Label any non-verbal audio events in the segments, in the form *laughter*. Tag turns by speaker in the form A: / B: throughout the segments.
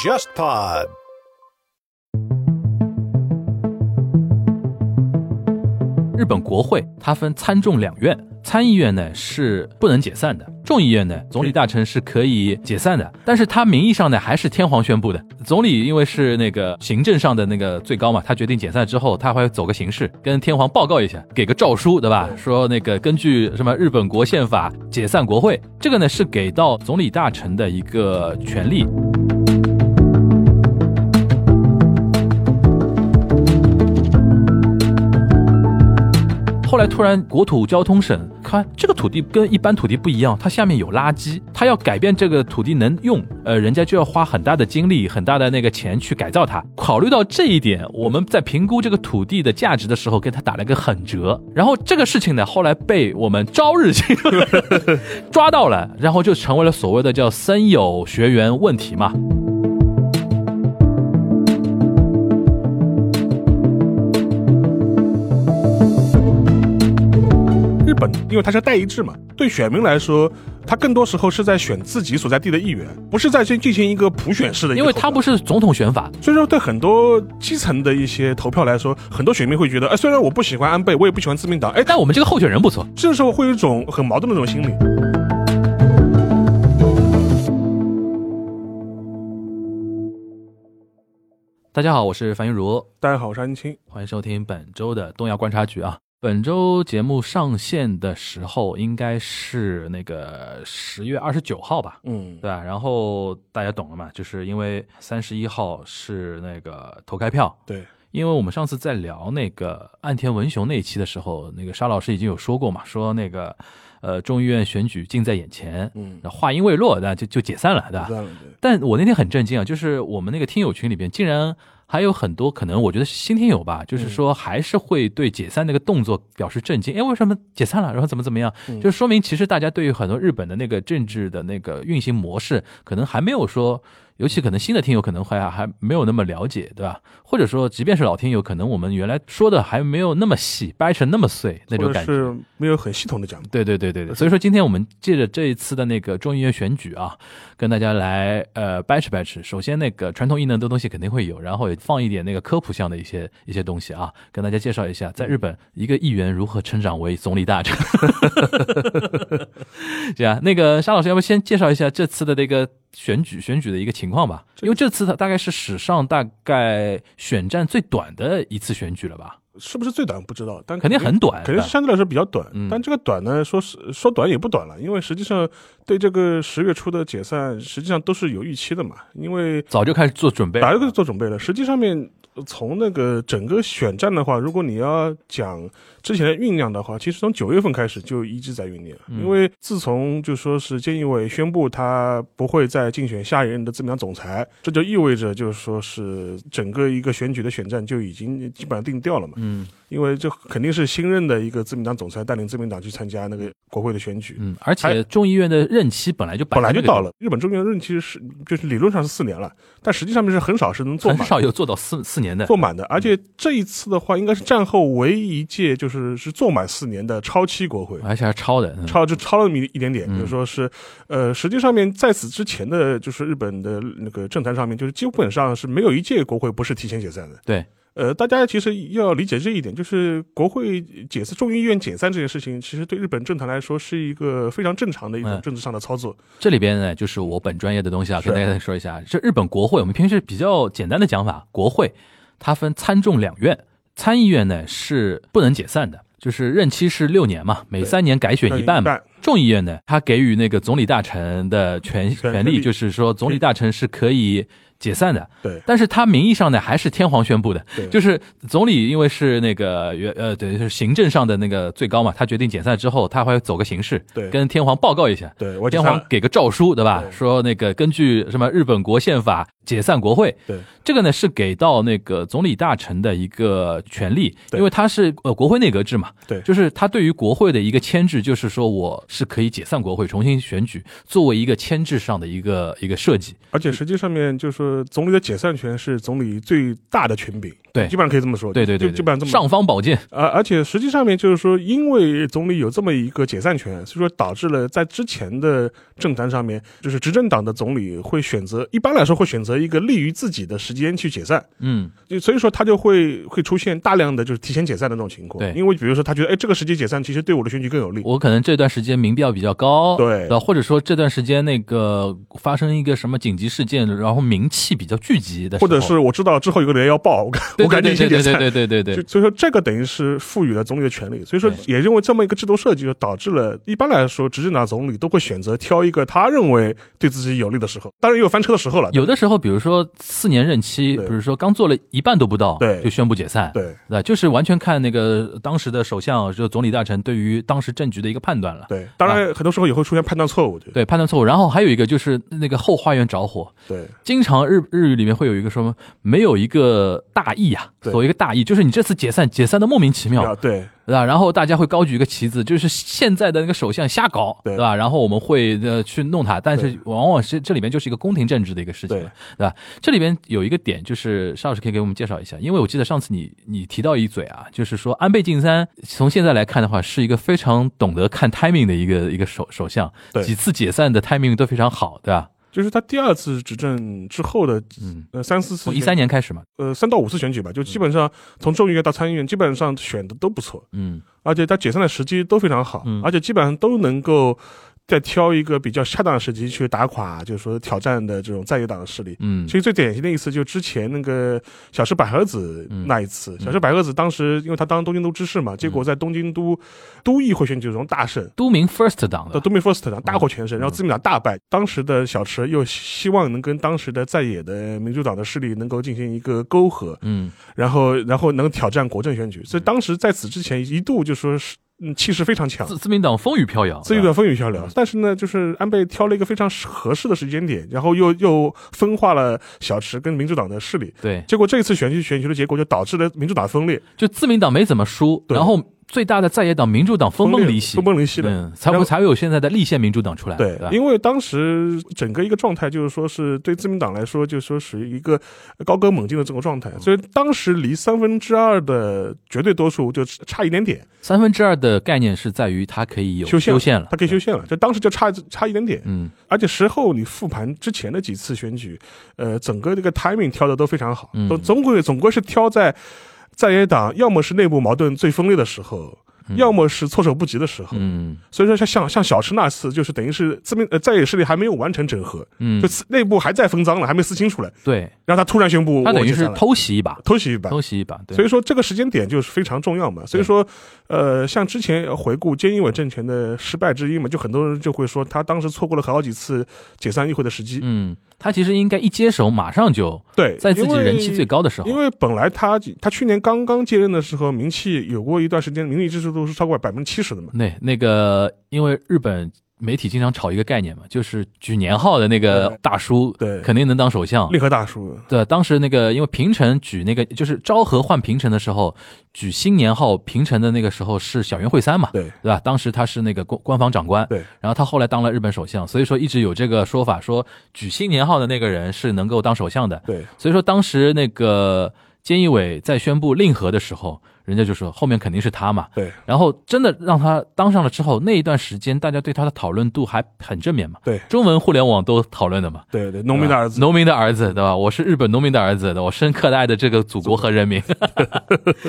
A: JustPod。
B: 日本国会它分参众两院，参议院呢是不能解散的，众议院呢总理大臣是可以解散的，但是他名义上呢还是天皇宣布的。总理因为是那个行政上的那个最高嘛，他决定解散之后，他会走个形式，跟天皇报告一下，给个诏书，对吧？说那个根据什么日本国宪法解散国会，这个呢是给到总理大臣的一个权利。后来突然国土交通省看这个土地跟一般土地不一样，它下面有垃圾，它要改变这个土地能用，呃，人家就要花很大的精力、很大的那个钱去改造它。考虑到这一点，我们在评估这个土地的价值的时候，给它打了个狠折。然后这个事情呢，后来被我们朝日新 *laughs* 闻抓到了，然后就成为了所谓的叫“森友学员问题”嘛。
C: 日本，因为它是代议制嘛，对选民来说，他更多时候是在选自己所在地的议员，不是在进进行一个普选式的一个
B: 因
C: 投
B: 为
C: 票。
B: 它不是总统选法，
C: 所以说，对很多基层的一些投票来说，很多选民会觉得，哎，虽然我不喜欢安倍，我也不喜欢自民党，哎，
B: 但我们这个候选人不错。
C: 这时候会有一种很矛盾的那种心理。
B: 大家好，我是樊玉茹，
C: 大家好，我是安青。
B: 欢迎收听本周的东亚观察局啊。本周节目上线的时候应该是那个十月二十九号吧，
C: 嗯
B: 对，吧？然后大家懂了嘛，就是因为三十一号是那个投开票，
C: 对，
B: 因为我们上次在聊那个岸田文雄那一期的时候，那个沙老师已经有说过嘛，说那个呃众议院选举近在眼前，
C: 嗯，
B: 那话音未落，那就就解散了，对吧？
C: 这样对，
B: 但我那天很震惊啊，就是我们那个听友群里边竟然还有很多可能，我觉得是新听友
C: 嗯
B: 吧，就是说还是会对解散那个动作表示震惊。哎，为什么解散了？然后怎么怎么样？
C: 嗯
B: 就说明其实大家对于很多日本的那个政治的那个运行模式，可能还没有说。尤其可能新的听友可能还还没有那么了解，对吧？或者说，即便是老听友，可能我们原来说的还没有那么细，掰成那么碎那种
C: 或者
B: 感觉。
C: 是没有很系统的讲。
B: 对对对对对，所以说今天我们借着这一次的那个众议院选举啊，跟大家来呃掰扯掰扯。首先，那个传统异能的东西肯定会有，然后也放一点那个科普项的一些一些东西啊，跟大家介绍一下，在日本一个议员如何成长为总理大臣。 *laughs* 这样，那个沙老师，要不先介绍一下这次的那个选举选举的一个情况吧？因为这次它大概是史上大概选战最短的一次选举了吧？
C: 是不是最短不知道，但
B: 肯定很短，
C: 肯定是相对来说比较短
B: 嗯。
C: 但这个短呢，说是说短也不短了，因为实际上对这个十月初的解散，实际上都是有预期的嘛，因为
B: 早就开始做准备了，
C: 大家都做准备了。实际上面。呃从那个整个选战的话，如果你要讲之前的酝酿的话，其实从九月份开始就一直在酝酿，
B: 嗯
C: 因为自从就说是菅义伟宣布他不会再竞选下一任的自民党总裁，这就意味着就是说是整个一个选举的选战就已经基本上定调了嘛。
B: 嗯
C: 因为这肯定是新任的一个自民党总裁带领自民党去参加那个国会的选举，
B: 嗯，而且众议院的任期本来就摆
C: 本来就
B: 在那
C: 到
B: 个
C: 了。日本众议院任期是就是理论上是四年了，但实际上面是很少是能
B: 地
C: 做
B: 方，*laughs*
C: 满
B: 很少有做到四四年的。
C: 做满的。而且这一次的话，应该是战后唯一一届就是是做满四年的超期国会。
B: 而且还超的，嗯
C: 超就超了那么一点点，
B: 嗯
C: 就是说是，呃，实际上面在此之前的，就是日本的那个政坛上面，就是基本上是没有一届国会不是提前解散的。
B: 对，
C: 呃，大家其实要理解这一点，就是国会解散、众议院解散这件事情，其实对日本政坛来说是一个非常正常的一种
B: 嗯
C: 政治上的操作。
B: 这里边呢就是我本专业的东西啊，
C: 是
B: 跟大家说一下，这日本国会，我们平时比较简单的讲法，国会它分参众两院，参议院呢是不能解散的，就是任期是六年嘛，每
C: 对
B: 三年改选一半嘛。
C: 呃半
B: 众议院呢，它给予那个总理大臣的权
C: 权
B: 权
C: 权
B: 利，
C: 利
B: 就是说总理大臣是可以解散的。
C: 对
B: 但是他名义上呢还是天皇宣布的
C: 对，
B: 就是总理因为是那个原呃等于是行政上的那个最高嘛，他决定解散之后，他会走个形式，
C: 对
B: 跟天皇报告一下。
C: 对，我解
B: 天
C: 散
B: 皇
C: 了。
B: 给个诏书，对吧？
C: 对
B: 说那个根据什么日本国宪法解散国会，
C: 对
B: 这个呢是给到那个总理大臣的一个权利，
C: 对
B: 因为他是呃国会内阁制嘛，
C: 对
B: 就是他对于国会的一个牵制，就是说我是可以解散国会重新选举，作为一个牵制上的一个一个设计，
C: 而且实际上面就是说总理的解散权是总理最大的权柄，
B: 对
C: 基本上可以这么说，
B: 对对对
C: 就基本上这么
B: 上方宝剑，
C: 而而且实际上面就是说，因为总理有这么一个解散权，所以说导致了在之前的政坛上面，就是执政党的总理会选择，一般来说会选择一个利于自己的时间去解散，
B: 嗯，
C: 就所以说他就会会出现大量的就是提前解散的这种情况。
B: 对
C: 因为比如说他觉得，哎，这个时间解散其实对我的选举更有利。
B: 我可能这段时间民调比较高，
C: 嗯对
B: 吧或者说这段时间那个发生一个什么紧急事件，然后民气比较聚集的时
C: 或
B: 候，
C: 者是我知道之后有个人要报，我赶
B: 对
C: 我赶紧
B: 对
C: 先
B: 对
C: 解
B: 对
C: 散。
B: 对对对对
C: 就
B: 对，
C: 所以说，这个等于是赋予了总理的权利，所以说
B: 对
C: 也因为这么一个制度设计，就导致了一般来说，执政党总理都会选择挑一个他认为对自己有利的时候，当然也有翻车的时候了。
B: 有的时候，比如说四年任期，比
C: 对
B: 如说刚做了一半都不到，
C: 对
B: 就宣布解散，
C: 对
B: 对吧，呃就是完全看那个当时的首相，就总理大臣对于当时政局的一个判断了。
C: 对，当然很多时候也会出现判断错误，对
B: 啊对，判断错误。然后还有一个就是那个后花园着火，
C: 对
B: 经常日日语里面会有一个说没有一个大意啊，
C: 对
B: 所谓一个大意，就是你这次解散解散的莫名其妙，
C: 啊对
B: 对吧？然后大家会高举一个旗子，就是现在的那个首相瞎搞，
C: 对
B: 吧？然后我们会呃去弄他，但是
C: 对
B: 往往是这里面就是一个宫廷政治的一个事情了，对吧？这里边有一个点，就是邵老师可以给我们介绍一下，因为我记得上次你你提到一嘴啊，就是说安倍晋三从现在来看的话，是一个非常懂得看 timing 的一个一个首首相，
C: 对
B: 几次解散的 timing 都非常好，对吧？
C: 就是他第二次执政之后的
B: 嗯，
C: 呃三四次
B: 从一三年开始嘛，
C: 呃三到五次选举吧，就基本上从众议院到参议院，基本上选的都不错，
B: 嗯
C: 而且他解散的时机都非常好，
B: 嗯
C: 而且基本上都能够再挑一个比较恰当的时机去打垮，就是说挑战的这种在野党的势力。
B: 嗯
C: 其，实最典型的一次就之前那个小池百合子那一次，
B: 嗯
C: 小池百合子当时因为她当东京都知事嘛，结果在东京都都议会选举中大胜。
B: 都民 first 党
C: 到
B: 的，
C: 东面 first 党大获全胜，
B: 嗯
C: 然后自民党大败。当时的小池又希望能跟当时的在野的民主党的势力能够进行一个沟合，
B: 嗯
C: 然后然后能挑战国政选举。所以当时在此之前一度就说是嗯气势非常强，
B: 自自民党风雨飘摇，
C: 这
B: 对
C: 一
B: 吧
C: 段风雨飘摇
B: 嗯。
C: 但是呢，就是安倍挑了一个非常合适的时间点，然后又又分化了小池跟民主党的势力。
B: 对，
C: 结果这次选举选举的结果就导致了民主党分裂，
B: 就自民党没怎么输，
C: 对
B: 然后最大的在野党民主党分崩
C: 裂
B: 离析，
C: 分崩离析的。
B: 嗯，才
C: 然
B: 会
C: 后
B: 才会有现在的立宪民主党出来，
C: 对
B: 吧，
C: 因为当时整个一个状态就是说是对自民党来说，就是说属于一个呃高歌猛进的这种状态，
B: 嗯
C: 所以当时离三分之二的绝对多数就差一点点，
B: 三分之二的概念是在于它可以有
C: 修宪了
B: 宪了，
C: 他可以修宪了，就当时就差差一点点。
B: 嗯
C: 而且事后你复盘之前的几次选举，呃，整个这个 timing 挑的都非常好
B: 嗯，
C: 都总归总归是挑在在野党要么是内部矛盾最分裂的时候，
B: 嗯
C: 要么是措手不及的时候。
B: 嗯
C: 所以说像像像小池那次，就是等于是自民呃在野势力还没有完成整合，
B: 嗯
C: 就，撕内部还在分赃了，还没撕清楚了，
B: 对，
C: 然后他突然宣布
B: 他等于
C: 我解散
B: 是
C: 了
B: 偷袭一把，
C: 偷袭一把。
B: 偷袭一把，对，
C: 所以说这个时间点就是非常重要嘛。所以说，呃，像之前回顾菅义伟政权的失败之一嘛，就很多人就会说他当时错过了好几次解散议会的时机。
B: 嗯，他其实应该一接手马上就
C: 对，
B: 在自己人气最
C: 高。
B: 高的时
C: 因
B: 候，
C: 为本来他他去年刚刚接任的时候，名气有过一段时间，民意支持度是超过百分之七十的嘛。
B: 那那个因为日本。媒体经常炒一个概念嘛，就是举年号的那个
C: 对
B: 大叔，
C: 对
B: 肯定能当首相。
C: 令和大叔，
B: 对，当时那个因为平城举那个就是昭和换平城的时候，举新年号平城的那个时候是小渊惠三嘛，
C: 对
B: 对吧？当时他是那个官官方长官，
C: 对，
B: 然后他后来当了日本首相，所以说一直有这个说法，说举新年号的那个人是能够当首相的。
C: 对
B: 所以说当时那个菅义伟在宣布令和的时候，人家就说后面肯定是他嘛。
C: 对
B: 然后真的让他当上了之后，那一段时间大家对他的讨论度还很正面嘛，
C: 对
B: 中文互联网都讨论的嘛。
C: 对对，农民的儿
B: 对吧
C: 子，
B: 农民的儿子，对吧？我是日本农民的儿子，对吧我深刻的爱的这个祖国和人
C: *laughs*
B: 民。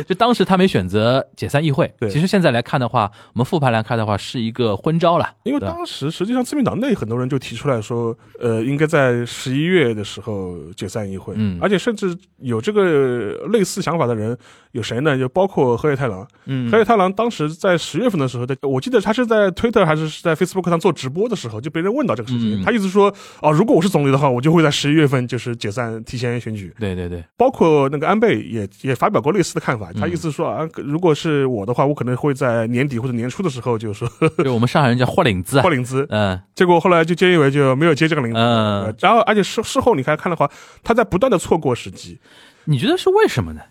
B: 就当时他没选择解散议会，
C: 对
B: 其实现在来看的话，我们复盘来看的话，是一个昏招了。
C: 因为
B: 对吧
C: 当时实际上自民党内很多人就提出来说，呃，应该在十一月的时候解散议会，
B: 嗯
C: 而且甚至有这个类似想法的人有谁呢？就包括河野太郎，
B: 嗯
C: 河野太郎当时在十月份的时候，在我记得他是在 Twitter 还是是在 Facebook 上做直播的时候，就被人问到这个事情，
B: 嗯
C: 他意思说，哦，如果我是总理的话，我就会在十一月份就是解散提前选举。
B: 对对对，
C: 包括那个安倍也也发表过类似的看法，他
B: 嗯
C: 意思说啊，如果是我的话，我可能会在年底或者年初的时候，就是说
B: 就我们上海人叫豁领子
C: 换。领子。
B: 嗯
C: 结果后来就菅义伟就没有接这个领子。呃
B: 嗯，
C: 然后，而且事事后你看看的话，他在不断的错过时机。
B: 你觉得是为什么呢？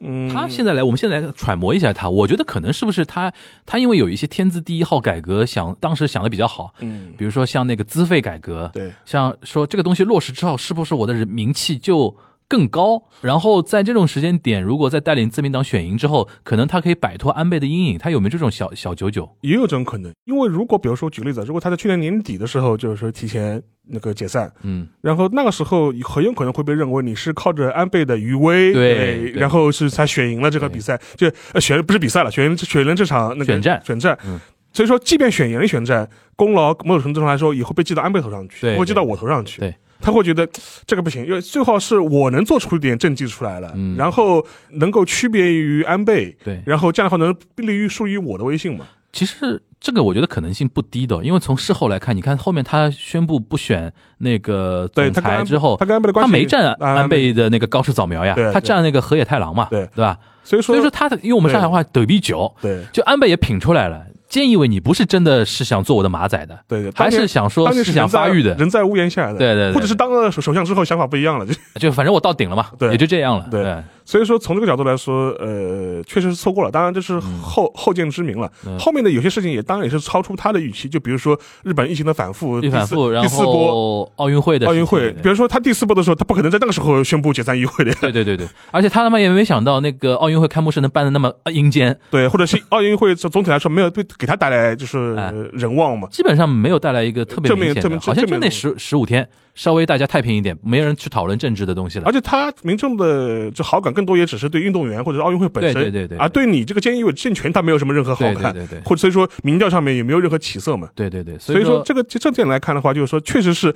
C: 嗯，
B: 他现在来，我们现在来揣摩一下他，我觉得可能是不是他，他因为有一些天字第一号改革想当时想的比较好，
C: 嗯，
B: 比如说像那个资费改革，
C: 对
B: 像说这个东西落实之后，是不是我的人名气就更高。然后在这种时间点，如果再带领自民党选赢之后，可能他可以摆脱安倍的阴影。他有没有这种小小九九？
C: 也有这种可能，因为如果比如说举例子，如果他在去年年底的时候就是说提前那个解散，
B: 嗯，
C: 然后那个时候很有可能会被认为你是靠着安倍的余威，
B: 对对
C: 然后是才选赢了这个比赛，就呃选不是比赛了，选选了这场那个
B: 选战
C: 选战。
B: 嗯
C: 所以说，即便选赢了选战，功劳某种程度上来说也会被记到安倍头上去，
B: 对
C: 不会记到我头上去。
B: 对
C: 他会觉得这个不行，因为最好是我能做出一点政绩出来了，
B: 嗯
C: 然后能够区别于安倍，
B: 对。
C: 然后这样的话能立于树于我的威信嘛。
B: 其实这个我觉得可能性不低的，因为从事后来看，你看后面他宣布不选那个
C: 对
B: 总
C: 他跟安
B: 裁
C: 倍
B: 之后
C: 他，跟安倍的关
B: 他
C: 系
B: 没站安
C: 安倍
B: 倍的那个高市早苗呀
C: 对，
B: 他
C: 对
B: 站那个河野太郎嘛，
C: 对
B: 对吧？
C: 所以说，
B: 所以说他的用我们上海话“抖逼九
C: 对”，
B: 就安倍也品出来了，菅义伟你不是真的是想做我的马仔的，
C: 对对，
B: 还
C: 当年
B: 是想说
C: 当年
B: 是想
C: 人在
B: 发育的，
C: 人在屋檐下的，
B: 对对对
C: 或者是当了首首相之后想法不一样了，就
B: 就反正我到顶了嘛，
C: 对
B: 也就这样了，
C: 对
B: 对，
C: 所以说从这个角度来说，呃，确实是错过了，当然这是后、后见之明了，
B: 嗯
C: 后面的有些事情也当然也是超出他的预期，就比如说日本疫情的反复，
B: 一反复，
C: 第四
B: 然
C: 第四波。
B: 后奥运会的
C: 奥运
B: 事情
C: 会，比如说他第四波的时候，他不可能在那个时候宣布解散议会的，
B: 对对对对，而且他他妈也没想到那个奥运会开幕式能办的那么呃阴间，
C: 对，或者是奥运会总总体来说没有对给他带来就是
B: 哎
C: 呃人望嘛，
B: 基本上没有带来一个特别
C: 正面
B: 明显
C: 正
B: 的，
C: 面
B: 好像就
C: 正
B: 那
C: 面
B: 十十五天，稍微大家太平一点，没人去讨论政治的东西了
C: 而。且他民众的这好感更多也只是对运动员或者是奥运会本
B: 对
C: 身，
B: 对对对，
C: 啊，对你这个建议委政权他没有什么任何好
B: 对
C: 感，
B: 对对对
C: 或者所以说民调上面也没有任何起色嘛。
B: 对对对，
C: 所以说
B: 说
C: 这个这这点来看的话，就是说确实是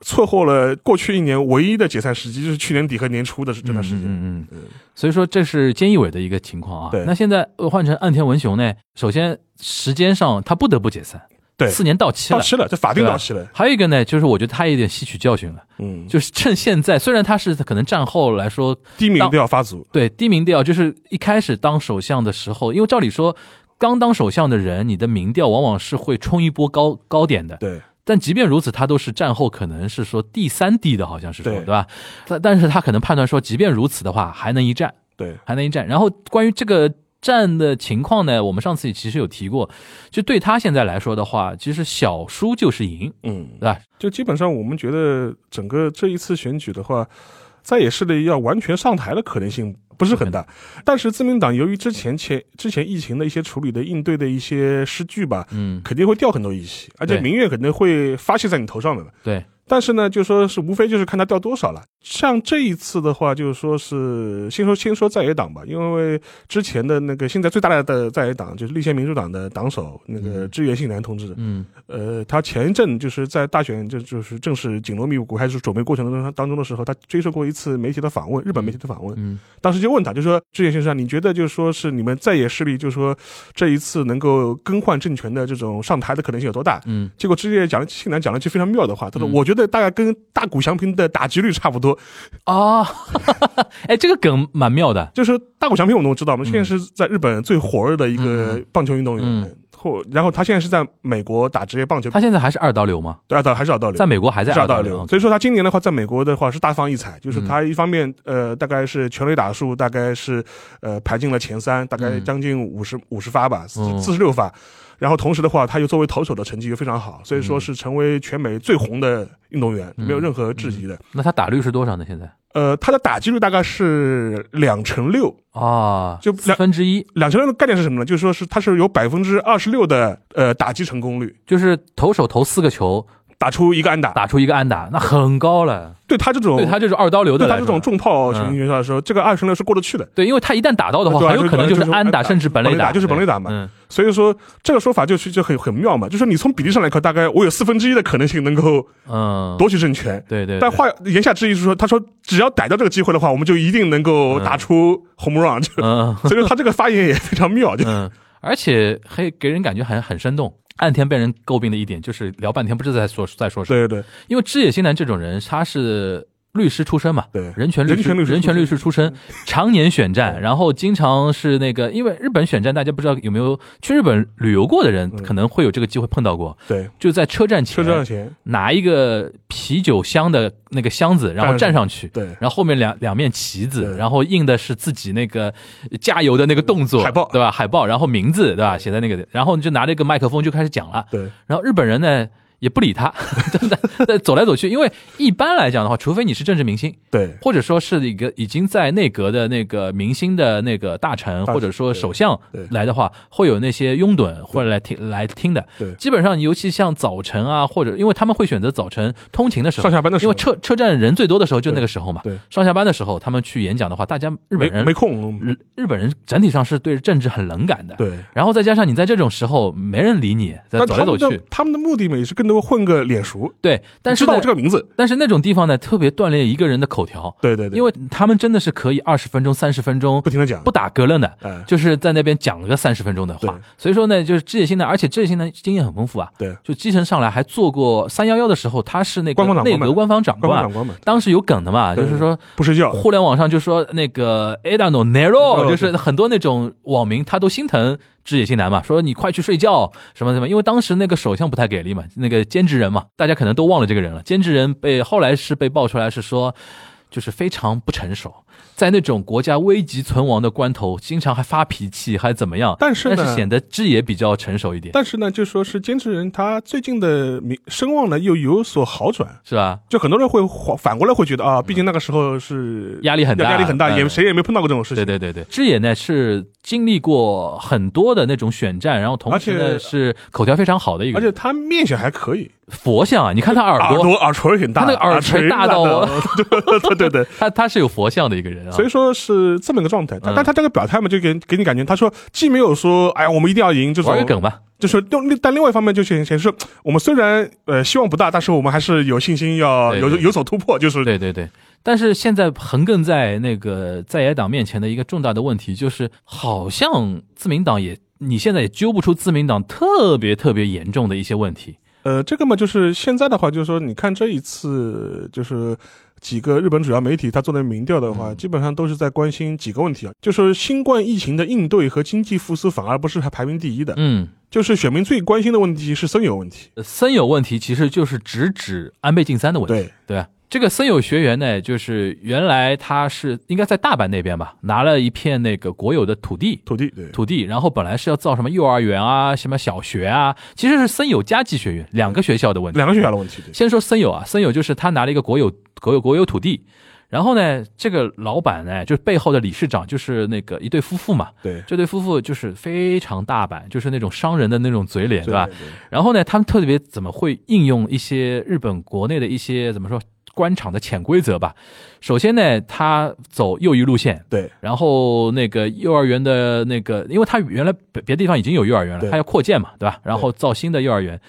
C: 错过了过去一年唯一的解散时机，就是去年底和年初的这段时间。
B: 嗯嗯嗯
C: 嗯
B: 所以说这是菅义伟的一个情况啊。
C: 对
B: 那现在呃换成岸田文雄呢，首先时间上他不得不解散，
C: 对
B: 四年到期
C: 到
B: 了。
C: 期了，这法定到期了。
B: 还有一个呢，就是我觉得他有点吸取教训了，
C: 嗯，
B: 就是趁现在，虽然他是可能战后来说
C: 低迷都要发足。
B: 对低民调，就是一开始当首相的时候，因为照理说刚当首相的人，你的民调往往是会冲一波高高点的。
C: 对，
B: 但即便如此，他都是战后可能是说第三低的，好像是说
C: 对
B: 对吧？但但是他可能判断说，即便如此的话，还能一战。
C: 对，
B: 还能一战。然后关于这个战的情况呢，我们上次也其实有提过，就对他现在来说的话，其实小输就是赢，
C: 嗯
B: 对，吧？
C: 就基本上我们觉得整个这一次选举的话。在野势力要完全上台的可能性不是很大，但是自民党由于之前前之前疫情的一些处理的应对的一些失据吧，
B: 嗯，
C: 肯定会掉很多一息，而且
B: 对
C: 民怨肯定会发泄在你头上面的。
B: 对，
C: 但是呢，就说是无非就是看它掉多少了。像这一次的话，就是说是先说先说在野党吧，因为之前的那个现在最大的在野党就是立宪民主党的党首那个
B: 嗯
C: 志愿信男同志，
B: 嗯
C: 呃，他前一阵就是在大选就就是正式紧锣密鼓开始准备过程当中当中的时候，他接受过一次媒体的访问，日本媒体的访问，
B: 嗯
C: 当时就问他，就说志远先生，你觉得就是说是你们在野势力，就是说这一次能够更换政权的这种上台的可能性有多大？
B: 嗯，
C: 结果志远讲，信南讲了一句非常妙的话，他说：“
B: 嗯
C: 我觉得大概跟大谷翔平的打击率差不多。
B: 啊，哈哈 *laughs* 哎，这个梗蛮妙的，
C: 就是大谷翔平，我们都知道嘛，现在是在日本最火热的一
B: 嗯
C: 个棒球运动员
B: 嗯，
C: 或然后他现在是在美国打职业棒球，
B: 他现在还是二刀流吗？
C: 对啊，还是老道理。
B: 在美国还在
C: 是
B: 二
C: 二道
B: 流哦
C: 流，，所以说他今年的话，在美国的话是大放异彩，就是
B: 嗯
C: 他一方面呃，大概是全垒打数大概是呃排进了前三，大概
B: 嗯
C: 将近五十五十发吧，
B: 嗯
C: 四十六发，然后同时的话，他又作为投手的成绩又非常好，所以说
B: 嗯
C: 是成为全美最红的运动员，
B: 嗯
C: 没有任何质疑的。
B: 那他打率是多少呢？现在
C: 呃，他的打击率大概是两成六，
B: 啊，
C: 就
B: 四分之一，
C: 两成六的概念是什么呢？就是说是他是有百分之二十六的呃打击成功率，
B: 就是投手投四个球
C: 打出一个安打，
B: 打出一个安打，那很高了。
C: 对他这种
B: 对他这种二刀流的
C: 哦对
B: 来
C: 他
B: 说，
C: 这种重炮
B: 嗯
C: 型选手来说，这个二成六是过得去的。
B: 对，因为他一旦打到的话，
C: 对啊
B: 很有可能
C: 就是
B: 是安打，
C: 就是
B: 甚至本垒
C: 本垒打就是本垒打嘛
B: 嗯，
C: 所以说这个说法就是就很很妙嘛，就是你从比例上来看，大概我有四分之一的可能性能够
B: 嗯，
C: 夺取政权。
B: 对对，
C: 但
B: 对
C: 话言下之意是说，他说只要逮到这个机会的话，我们就一定能够打出 home run *laughs* 就。
B: 嗯
C: 所以说他这个发言也非常妙，就
B: 嗯，而且还给人感觉很很生动。岸田被人诟病的一点就是聊半天不知道在说在说什么，
C: 对对
B: 因为枝野新男这种人他是律师出身嘛。
C: 对对
B: 人权律
C: 人
B: 师，
C: 权律师
B: 人权律师出身，常年选战，然后经常是那个，因为日本选战，大家不知道有没有去日本旅游过的人，
C: 嗯
B: 可能会有这个机会碰到过，
C: 对，
B: 就在车站前
C: 车站前
B: 拿一个啤酒箱的那个箱子，然后站
C: 站
B: 上去，
C: 对
B: 然后后面两两面旗子，
C: 对
B: 然后印的是自己那个加油的那个动作，
C: 海报
B: 对吧？海报，然后名字对吧？写在那个，然后你就拿着一个麦克风就开始讲了。
C: 对
B: 然后日本人呢，也不理他， *laughs* 真的在走来走去。因为一般来讲的话，除非你是政治明星，
C: 对，
B: 或者说是一个已经在内阁的那个明星的那个大臣，
C: 臣
B: 或者说
C: 对
B: 首相
C: 对
B: 来的话，会有那些拥趸会来听来听的。
C: 对
B: 基本上尤其像早晨啊，或者因为他们会选择早晨通勤的时候
C: 上，下班的时
B: 因
C: 候
B: 为车车站人最多的时候就那个时候嘛。
C: 对对
B: 上下班的时候他们去演讲的话，大家日
C: 没
B: 本人嗯
C: 没空，
B: 日日本人整体上是对政治很冷感的。。
C: 对。
B: 然后再加上你在这种时候没人理你，在
C: 但
B: 走
C: 他
B: 来走
C: 们的
B: 去，
C: 他们的目的嘛，也是更多混个脸熟，
B: 对，但是
C: 知道
B: 在
C: 我这个名字，
B: 但是那种地方呢，特别锻炼一个人的口条，
C: 对对对，
B: 因为他们真的是可以二十分钟、三十分钟
C: 不停的讲，
B: 不打嗝了的，
C: 哎，
B: 就是在那边讲了个三十分钟的话
C: 对。
B: 所以说呢，就是志野新男，而且志野新男经验很丰富啊。
C: 对，
B: 就基层上来还做过三幺幺的时候，他是那个
C: 官方长官
B: 内
C: 嘛
B: 阁官方长
C: 官方
B: 官啊
C: 长，官嘛，
B: 当时有梗的嘛，
C: 对
B: 就是说
C: 不睡觉，
B: 互联网上就说那个 Adano Nero，
C: 哦
B: 就是很多那种网民他都心疼志野新男嘛，说你快去睡觉什么什么，因为当时那个首相不太给力嘛，那个兼职人嘛，大家可能都忘了这个人了。兼职人被后来是被爆出来是说，就是非常不成熟，在那种国家危急存亡的关头，经常还发脾气，还怎么样？
C: 但是呢
B: 但是显得志野比较成熟一点，
C: 但是呢，就说是坚持人，他最近的名声望呢又有所好转，
B: 是吧？
C: 就很多人会反反过来会觉得啊，毕竟那个时候是
B: 嗯压力很大
C: 压力很大，
B: 嗯
C: 也谁也没碰到过这种事
B: 对
C: 情。
B: 对对对，志野呢是经历过很多的那种选战，然后同时
C: 而
B: 呢
C: 且
B: 是口条非常好的一个
C: 而
B: 人
C: 且他面相还可以，
B: 佛像啊，你看他耳
C: 耳
B: 朵，
C: 朵耳垂很大，
B: 他那个耳垂大到
C: 耳
B: *laughs*
C: 垂大到，对对对，
B: 他他是有佛像的一个人啊。
C: 所以说是这么一个状态。但
B: 嗯
C: 但他这个表态嘛，就给给你感觉，他说既没有说哎呀我们一定要赢这种
B: 玩个，梗吧，
C: 就是另但另外一方面就显显示我们虽然呃希望不大，但是我们还是有信心要
B: 对
C: 有
B: 对
C: 有所突破，就是
B: 对对对。但是现在横亘在那个在野党面前的一个重大的问题，就是好像自民党也，你现在也揪不出自民党特别特别严重的一些问题。
C: 呃，这个嘛，就是现在的话，就是说，你看这一次，就是几个日本主要媒体他做的民调的话，
B: 嗯
C: 基本上都是在关心几个问题啊，就是新冠疫情的应对和经济复苏，反而不是排排名第一的，
B: 嗯，
C: 就是选民最关心的问题是森友问题。
B: 森友问题其实就是直指安倍晋三的问题。
C: 对，
B: 对啊，这个森友学园呢，就是原来他是应该在大阪那边吧，拿了一片那个国有的土地。
C: 土地，对，
B: 土地，然后本来是要造什么幼儿园啊，什么小学啊，其实是森友加计学院两个学校的问题。
C: 两个学校的问题，对，
B: 先说森友啊，森友就是他拿了一个国有国有国有土地，然后呢，这个老板呢，就是背后的理事长就是那个一对夫妇嘛，
C: 对，
B: 这对夫妇就是非常大板，就是那种商人的那种嘴脸，对吧？
C: 对？对
B: 然后呢，他们特别怎么会应用一些日本国内的一些怎么说官场的潜规则吧？首先呢，他走右翼路线，
C: 对，
B: 然后那个幼儿园的那个，因为他原来别别地方已经有幼儿园了，
C: 对
B: 他要扩建嘛，对吧？然后造新的幼儿园，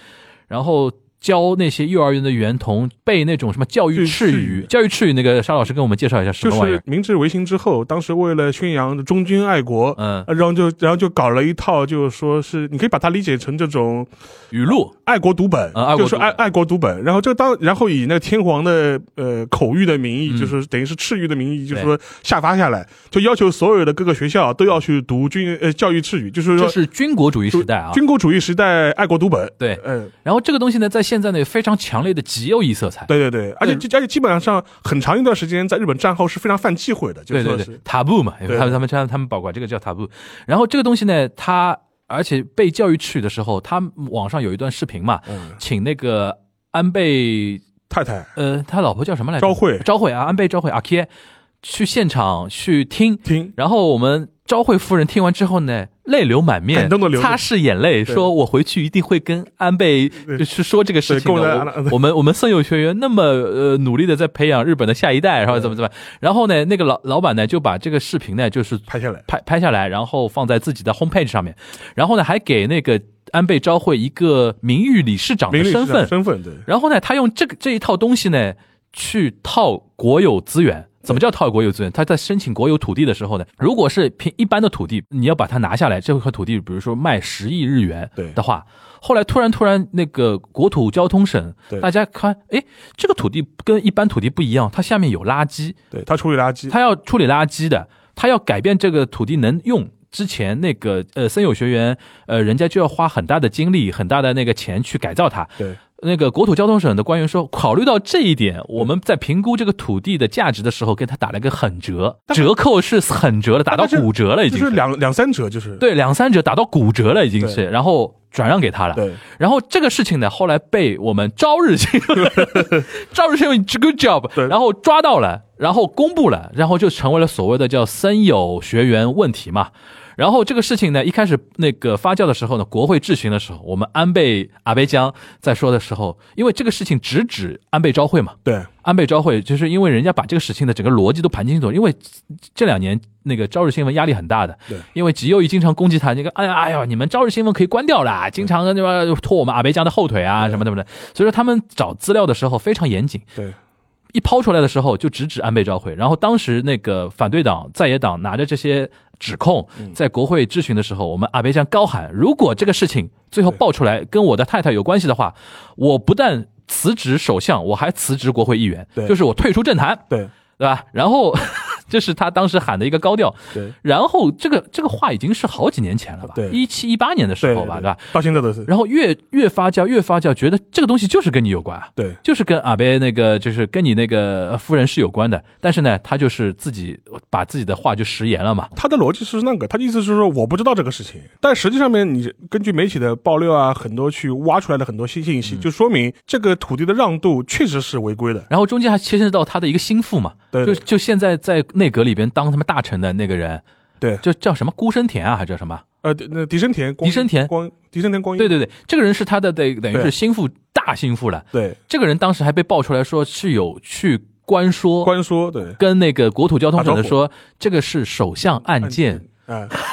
B: 然后。教那些幼儿园的园童背那种什么教育
C: 是
B: 赤
C: 是
B: 语，教育赤语那个沙老师跟我们介绍一下什
C: 就
B: 么玩意
C: 是
B: 儿？
C: 明治维新之后，当时为了宣扬忠君爱国。
B: 嗯，
C: 呃然后就，然后就搞了一套，就是说是，你可以把它理解成这种
B: 语录，
C: 爱国读本，
B: 啊爱国
C: 就是
B: 读本
C: 爱爱国读本。然后这个当然后以那个天皇的呃口谕的名义，
B: 嗯
C: 就是等于是敕谕的名义，就是说下发下来，就要求所有的各个学校都要去读军呃教育敕语，就是
B: 这
C: 说
B: 是军国主义时代啊。
C: 军国主义时代爱国读本。
B: 对，
C: 嗯，
B: 然后这个东西呢，在现在呢有非常强烈的极右翼色彩。
C: 对对对，而且而且基本上很长一段时间，在日本战后是非常犯忌讳的，就
B: 对
C: 是
B: 对对
C: 说是
B: ，taboo 嘛，他
C: 对
B: 们他们他们保管这个叫 taboo。然后这个东西呢，它而且被教育去的时候，他网上有一段视频嘛，
C: 嗯
B: 请那个安倍
C: 太太
B: 呃，他老婆叫什么来着？
C: 昭惠
B: 昭惠啊，安倍昭惠阿 K 去现场去听，
C: 听，
B: 然后我们昭惠夫人听完之后呢，泪流满面，
C: 感动地流
B: 擦拭眼泪，
C: 对
B: 说我回去一定会跟安倍
C: 对
B: 就是说这个事情
C: 对跟我
B: 的
C: 的。
B: 我我们我们森友学员那么呃努力的在培养日本的下一代，然后怎么怎么，然后呢，那个老老板呢就把这个视频呢就是
C: 拍下来，
B: 拍拍下来，然后放在自己的 homepage 上面，然后呢还给那个安倍昭惠一个名誉理事长的
C: 明历史
B: 身
C: 上
B: 份，
C: 身份对。
B: 然后呢，他用这个这一套东西呢，去套国有资源。怎么叫套国有资源？他在申请国有土地的时候呢，如果是凭一般的土地，你要把它拿下来，这块土地，比如说卖十亿日元
C: 对
B: 的话，后来突然突然那个国土交通省
C: 对，
B: 大家看，哎，这个土地跟一般土地不一样，它下面有垃圾，
C: 对他处理垃圾，
B: 他要处理垃圾的，他要改变这个土地能用。之前那个呃森友学员，呃人家就要花很大的精力、很大的那个钱去改造它。
C: 对
B: 那个国土交通省的官员说，考虑到这一点，我们在评估这个土地的价值的时候，给他打了一个狠折，折扣是很折的，打到骨折了已
C: 就
B: 经
C: 是两两三折，就是
B: 对两三折，打到骨折了已经是，
C: 对
B: 然后转让给他了。
C: 对
B: 然后这个事情呢，后来被我们朝日新闻朝日新闻 good job，
C: 对
B: 然后抓到了，然后公布了，然后就成为了所谓的叫森友学员问题嘛。然后这个事情呢，一开始那个发酵的时候呢，国会质询的时候，我们安倍阿倍江在说的时候，因为这个事情直指安倍昭惠嘛，
C: 对
B: 安倍昭惠，就是因为人家把这个事情的整个逻辑都盘清楚，因为这这两年那个朝日新闻压力很大的，
C: 对
B: 因为吉右一经常攻击他，那个哎呀哎呀，你们朝日新闻可以关掉啦，经常对吧拖我们阿贝江的后腿啊什么什么的，所以说他们找资料的时候非常严谨，
C: 对
B: 一抛出来的时候就直指安倍昭惠，然后当时那个反对党在野党拿着这些指控，在国会质询的时候，我们阿倍江高喊：如果这个事情最后爆出来跟我的太太有关系的话，我不但辞职首相，我还辞职国会议员，
C: 对
B: 就是我退出政坛，
C: 对
B: 对吧？然后这是他当时喊的一个高调，
C: 对
B: 然后这个这个话已经是好几年前了吧
C: 对，
B: 一七一八年的时
C: 对
B: 候吧，对吧？？
C: 到现在都是
B: 然后越越发酵，越发酵，觉得这个东西就是跟你有关啊，
C: 对
B: 就是跟阿贝那个，就是跟你那个呃夫人是有关的，但是呢，他就是自己把自己的话就食言了嘛。
C: 他的逻辑是那个，他的意思是说我不知道这个事情，但实际上面你根据媒体的爆料啊，很多去挖出来的很多新信
B: 嗯
C: 息，就说明这个土地的让渡确实是违规的。
B: 然后中间还牵涉到他的一个心腹嘛，
C: 对
B: 就就现在在内阁里边当他们大臣的那个人，
C: 对
B: 就叫什么孤生田啊，还叫什么？
C: 呃，那狄生田光
B: 狄生田
C: 光狄生田光一
B: 对对对，这个人是他的等等于
C: 对
B: 是心腹大心腹了。
C: 对
B: 这个人当时还被爆出来说是有去官说，
C: 官说对
B: 跟那个国土交通省的
C: 打招呼
B: 说这个是首相案件，
C: 啊。 *laughs*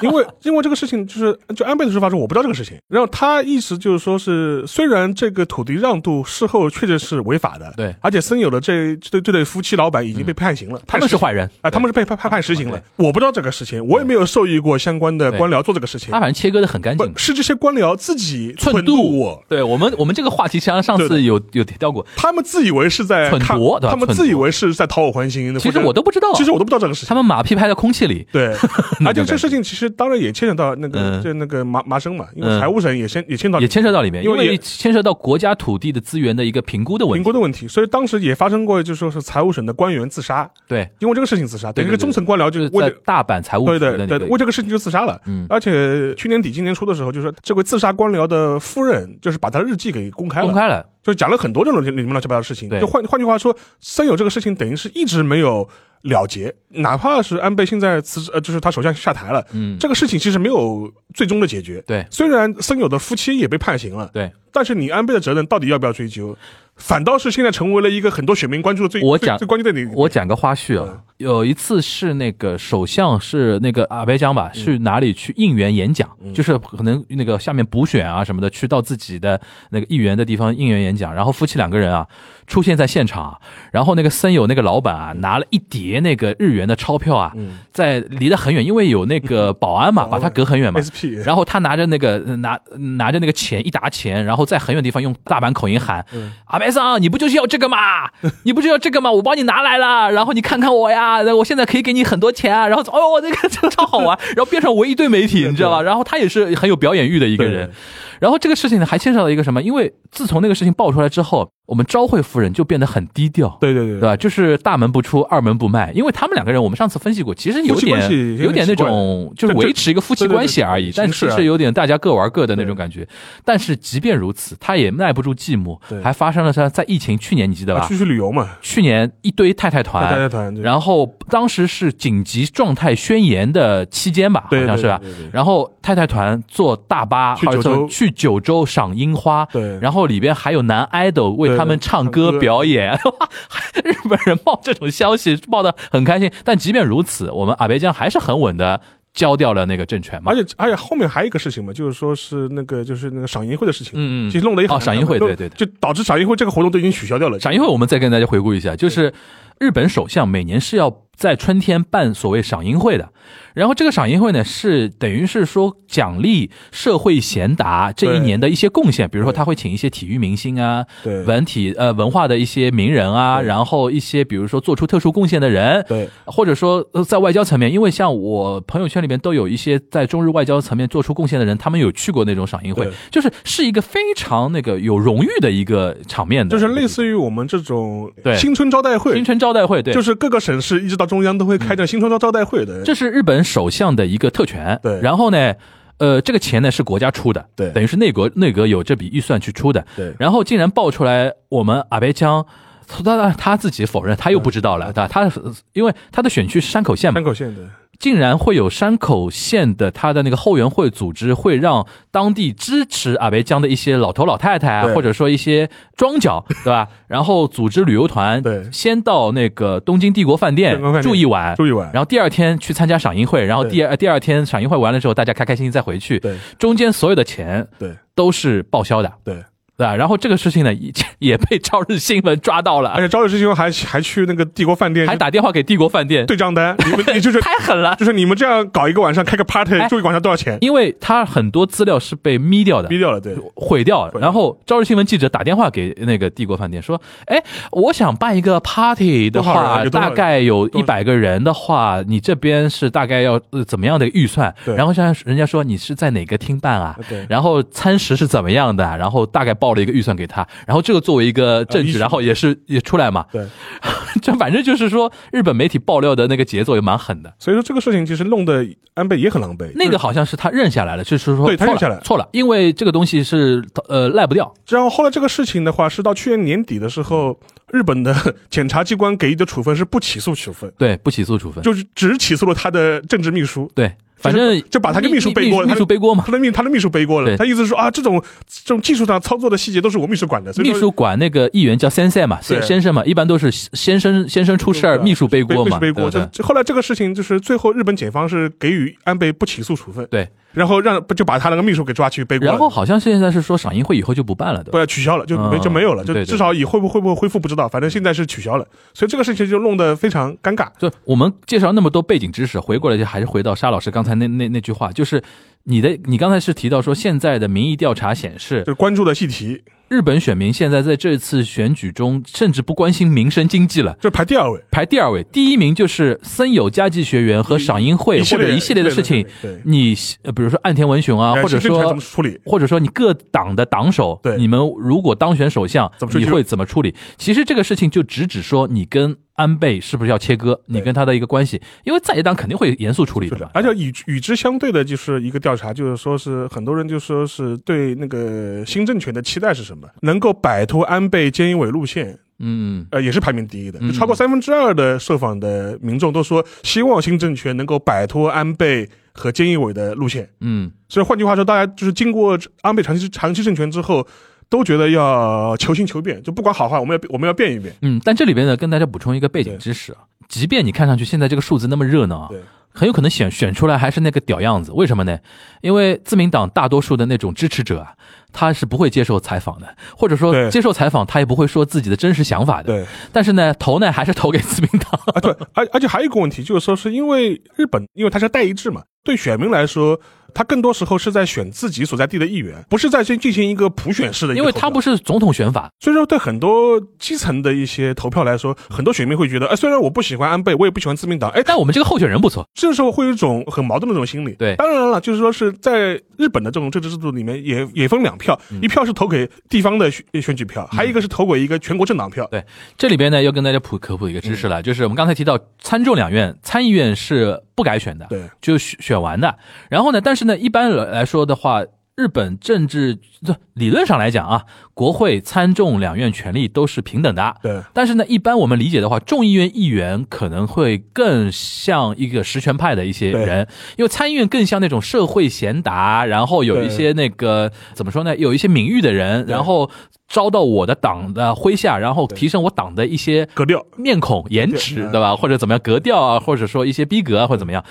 C: 因为因为这个事情就是就安倍的说法是我不知道这个事情，然后他意思就是说是虽然这个土地让渡事后确实是违法的，
B: 对嗯
C: 而且森友的这这对这对夫妻老板已经被判刑了，
B: 他们是坏人
C: 啊、他们是被判判判实刑了
B: 对。
C: 我不知道这个事情，我也没有受益过相关的
B: 对
C: 官僚做这个事情
B: 他，反正切割的很干净
C: 不。是这些官僚自己
B: 寸
C: 度我。
B: 对我们，我们这个话题实际上上
C: 对
B: 次有有提到过，
C: 他们自以为是在
B: 篡
C: 看
B: 夺对吧
C: 他们
B: 篡
C: 自以
B: 夺
C: 为是在讨我欢心的。
B: 其实
C: 或者
B: 我都不知道啊
C: 其实我都不知道这个事情
B: 他。们马屁拍在空气里， *laughs*
C: 对，
B: 那
C: 而
B: 种
C: 且这
B: 感
C: 事情其实当然也牵扯到那个，
B: 嗯
C: 就那个麻麻生嘛，因为
B: 嗯
C: 财务省也牵也牵到
B: 也牵涉到里面，
C: 因
B: 因
C: 为也
B: 为牵涉到国家土地的资源的一个评估的问
C: 评
B: 题。
C: 估的问题，所以当时也发生过，就是说是财务省的官员自杀，
B: 对，
C: 因为这个事情自杀，等于一个
B: 对对对
C: 中层官僚
B: 就
C: 就
B: 是是
C: 为
B: 在
C: 了。
B: 大阪财务局
C: 对对
B: 的那
C: 对，
B: 个
C: 为这个事情就自杀了。
B: 嗯
C: 而且去年底今年初的时候，就是这位自杀官僚的夫人，就是把他日记给公开了，
B: 公开了，
C: 就讲了很多这种里面乱七八糟的事情。
B: 对
C: 就换换句话说，森友这个事情等于是一直没有了结，哪怕是安倍现在辞职，呃，就是他首相下台了，
B: 嗯，
C: 这个事情其实没有最终的解决。
B: 对
C: 虽然森友的夫妻也被判刑了，
B: 对，
C: 但是你安倍的责任到底要不要追究，反倒是现在成为了一个很多选民关注的最
B: 我
C: 最
B: 讲
C: 最关键的你
B: 我讲个花絮啊，有一次是那个首相是那个阿贝江吧，去哪里去应援演讲，就是可能那个下面补选啊什么的，去到自己的那个议员的地方应援演讲，然后夫妻两个人啊出现在现场啊，然后那个森友那个老板啊拿了一叠那个日元的钞票啊，在离得很远，因为有那个保安嘛，把他隔很远嘛，
C: SP
B: 然后他拿着那个拿拿着那个钱一沓钱，然后在很远地方用大阪口音喊：“
C: 嗯
B: 阿白桑，你不就是要这个吗？ *laughs* 你不就要这个吗？我帮你拿来了，然后你看看我呀，我现在可以给你很多钱啊。”然后哦，那个这个超好
C: *laughs*
B: 玩，然后边上围一堆媒体，你知道吧？然后他也是很有表演欲的一个人
C: 对。
B: 然后这个事情呢，还牵涉到一个什么？因为自从那个事情爆出来之后，我们昭惠夫人就变得很低调。
C: 对对对
B: 对吧？就是大门不出，二门不迈，因为他们两个人，我们上次分析过，其实有
C: 夫妻
B: 点
C: 关系
B: 有点那
C: 有
B: 种，就是维持一个夫妻
C: 对对对
B: 关系而已，但
C: 形式
B: 其
C: 啊
B: 实有点大家各玩各的那种感觉。但是即便如此，他也耐不住寂寞
C: 对，
B: 还发生了在在疫情去年，你记得吧啊
C: 啊？去去旅游嘛，
B: 去年一堆太太
C: 大家
B: 团。
C: 团对
B: 然后当时是紧急状态宣言的期间吧，好
C: 对
B: 像是吧
C: 对对对对？
B: 然后太太团坐大巴
C: 去
B: 或者
C: 九州
B: 坐去九州赏樱花，
C: 对
B: 然后里边还有男 idol 为他们唱
C: 对
B: 歌
C: 对
B: 表演， *laughs* 哇，日本人报这种消息报的很开心。但即便如此，我们阿贝江还是很稳的交掉了那个政权嘛
C: 而。且而且后面还有一个事情嘛，就是说是那个就是那个赏樱会的事情，
B: 嗯嗯
C: 其实弄得也很
B: 哦赏樱会对对对
C: 就导致赏樱会这个活动都已经取消掉了，
B: 赏樱会我们再跟大家回顾一下，就是日本首相每年是要在春天办所谓赏樱会的。然后这个赏樱会呢，是等于是说奖励社会贤达这一
C: 对
B: 年的一些贡献，比如说他会请一些体育明星啊，
C: 对
B: 文体呃文化的一些名人啊，
C: 对
B: 然后一些比如说做出特殊贡献的人，
C: 对
B: 或者说呃在外交层面，因为像我朋友圈里面都有一些在中日外交层面做出贡献的人，他们有去过那种赏樱会
C: 对，
B: 就是是一个非常那个有荣誉的一个场面的，
C: 就是类似于我们这种
B: 对
C: 新春招待会
B: 新，春招待会，对，
C: 就是是各个省市一直到中央都会开展新春招招待会的。
B: 这是日本首相的一个特权，
C: 对
B: 然后呢。呃，这个钱呢是国家出的，
C: 对
B: 等于是内阁内阁有这笔预算去出的，
C: 对
B: 然后竟然爆出来，我们阿贝江，他他他自己否认，他又不知道了，对吧？他因为他的选区是山口县嘛
C: 山，口县的，
B: 竟然会有山口县的他的那个后援会组织，会让当地支持阿贝江的一些老头老太太啊，
C: 对
B: 或者说一些庄
C: *laughs*
B: 脚，对吧？然后组织旅游团，
C: 对
B: 先到那个东京帝国饭店
C: 帝国饭店
B: 住一晚。
C: 注意完，
B: 然后第二天去参加赏樱会，然后第二第二天赏樱会完了之后，大家开开心心再回去。
C: 对
B: 中间所有的钱
C: 对
B: 都是报销的，
C: 对，
B: 对吧？然后这个事情呢，也 *laughs* 也被朝日新闻抓到了
C: *laughs* 而，且朝日师兄还还去那个帝国饭店
B: 啊还打电话给帝国饭店，
C: 对
B: *laughs*
C: 账单，你们你就是。
B: 太狠了
C: 就是你们这样搞一个晚上开个 party，
B: 哎
C: 住一个晚上多少钱？
B: 因为他很多资料是被眯掉的，
C: 逼掉了，对
B: 毁掉。
C: 毁掉
B: 然后朝日新闻记者打电话给那个帝国饭店说：“哎，我想办一个 party 的
C: 多少人啊
B: 话，
C: 有多少
B: 大
C: 人
B: 概有
C: 多
B: 一
C: 少
B: 百个人的话，你这边是大概要、呃怎么样的预算？”
C: 对
B: 然后像人家说你是在哪个厅办啊？
C: 对。
B: 然后餐食是怎么样的？啊然后大概报了一个预算给他，然后这个作为一个证
C: 啊依
B: 据，
C: 据
B: 然后也是也出来嘛。
C: 对，
B: 这反正就是说，日本媒体爆料的那个节奏也蛮狠的。
C: 所以说这个事情其实弄得安倍也很狼狈。
B: 那个好像是他认下来了，就是说
C: 对他
B: 错
C: 认下
B: 了
C: 来
B: 错了，因为这个东西是呃赖不掉。
C: 然后后来这个事情的话，是到去年年底的时候，日本的 *laughs* 检察机关给予的处分是不起诉处分，
B: 对，不起诉处分。
C: 就是只起诉了他的政治秘书，
B: 对，反正
C: 就把他跟秘书背锅了
B: 秘
C: 他
B: 秘书背锅嘛
C: 他。的秘他的秘书背锅
B: 对
C: 了。他意思是说啊，这种这种技术上操作的细节都是我秘书管的，所以
B: 秘
C: 说
B: 书管那个议员叫先生嘛，先
C: 对
B: 先生嘛，一般都是先生先生出事儿，
C: 对
B: 秘书背
C: 背
B: 锅
C: 秘
B: 嘛，
C: 书背锅。
B: 对
C: 这
B: 不对
C: 这后来这个事情就是最后日本检方是给予安倍不起诉处分，
B: 对。
C: 然后让就把他那个秘书给抓去背锅了。
B: 然后好像现在是说赏樱会以后就不办了，对吧
C: 不？要取消了，就没
B: 嗯
C: 就没有了，就
B: 对对
C: 至少以会不会不会恢复不知道，反正现在是取消了，所以这个事情就弄得非常尴尬。
B: 就我们介绍那么多背景知识，回过来就还是回到沙老师刚才那那那句话，就是你的你刚才是提到说现在的民意调查显示
C: 就，是关注的议题，
B: 日本选民现在在这次选举中甚至不关心民生经济了。
C: 就排第二位，
B: 排第二位，第一名就是森友加计学员和赏樱会
C: 一系
B: 或
C: 列
B: 者一系列的事情，
C: 对对对
B: 你呃比如说岸田文雄啊，
C: 哎
B: 或者
C: 行政
B: 说
C: 权怎么处理？
B: 或者说你各党的党首，
C: 对
B: 你们如果当选首相
C: 怎么，处
B: 你
C: 理
B: 会怎么处理？其实这个事情就直指说你跟安倍是不是要切割，你跟他的一个关系，因为在野党肯定会严肃处理
C: 是
B: 的
C: 的
B: 嘛，。
C: 而且与与之相对的就是一个调查，就是说是很多人就说是对那个新政权的期待是什么？能够摆脱安倍菅义伟路线，
B: 嗯，
C: 呃，也是排名第一的，
B: 嗯
C: 就超过三分之二的受访的民众都说希望新政权能够摆脱安倍和菅义伟的路线。
B: 嗯，
C: 所以换句话说，大家就是经过安倍长期长期政权之后，都觉得要求新求变，就不管好坏，我们要我们要变一变。
B: 嗯，但这里边呢，跟大家补充一个背景知识啊，即便你看上去现在这个数字那么热闹啊
C: 对，
B: 很有可能选选出来还是那个屌样子，为什么呢？因为自民党大多数的那种支持者啊，他是不会接受采访的，或者说
C: 对
B: 接受采访他也不会说自己的真实想法的。
C: 对，
B: 但是呢，投呢还是投给自民 *laughs* 党。
C: 啊对，而而且还有一个问题，就是说是因为日本，因为它是代议制嘛，对选民来说，他更多时候是在选自己所在地的议员，不是在进进行一个普选式的一个
B: 因
C: 投
B: 为
C: 票。
B: 他不是总统选法，
C: 所以说，对很多基层的一些投票来说，很多选民会觉得，哎，虽然我不喜欢安倍，我也不喜欢自民党，哎，
B: 但我们这个候选人不错。
C: 这时候会有一种很矛盾的这种心理。
B: 对
C: 当然了，就是说是在日本的这种政治制度里面也，也分两票，
B: 嗯
C: 一票是投给地方的选选举票，还有一个是投给一个全国政党票。
B: 对，这里边呢要跟大家普科普一个知识了，就是我们刚才提到参众两院，参议院是不改选的，
C: 对，
B: 就选选完的。然后呢，但是呢，一般来说的话，日本政治这理论上来讲啊，国会参众两院权力都是平等的。
C: 对
B: 但是呢，一般我们理解的话，众议院议员可能会更像一个实权派的一些人，因为参议院更像那种社会贤达，然后有一些那个怎么说呢，有一些名誉的人，
C: 对
B: 然后招到我的党的麾下，然后提升我党的一些
C: 格调。
B: 面孔、颜
C: 格
B: 值，
C: 调嗯
B: 对吧？或者怎么样格调啊，或者说一些逼格啊，或者怎么样。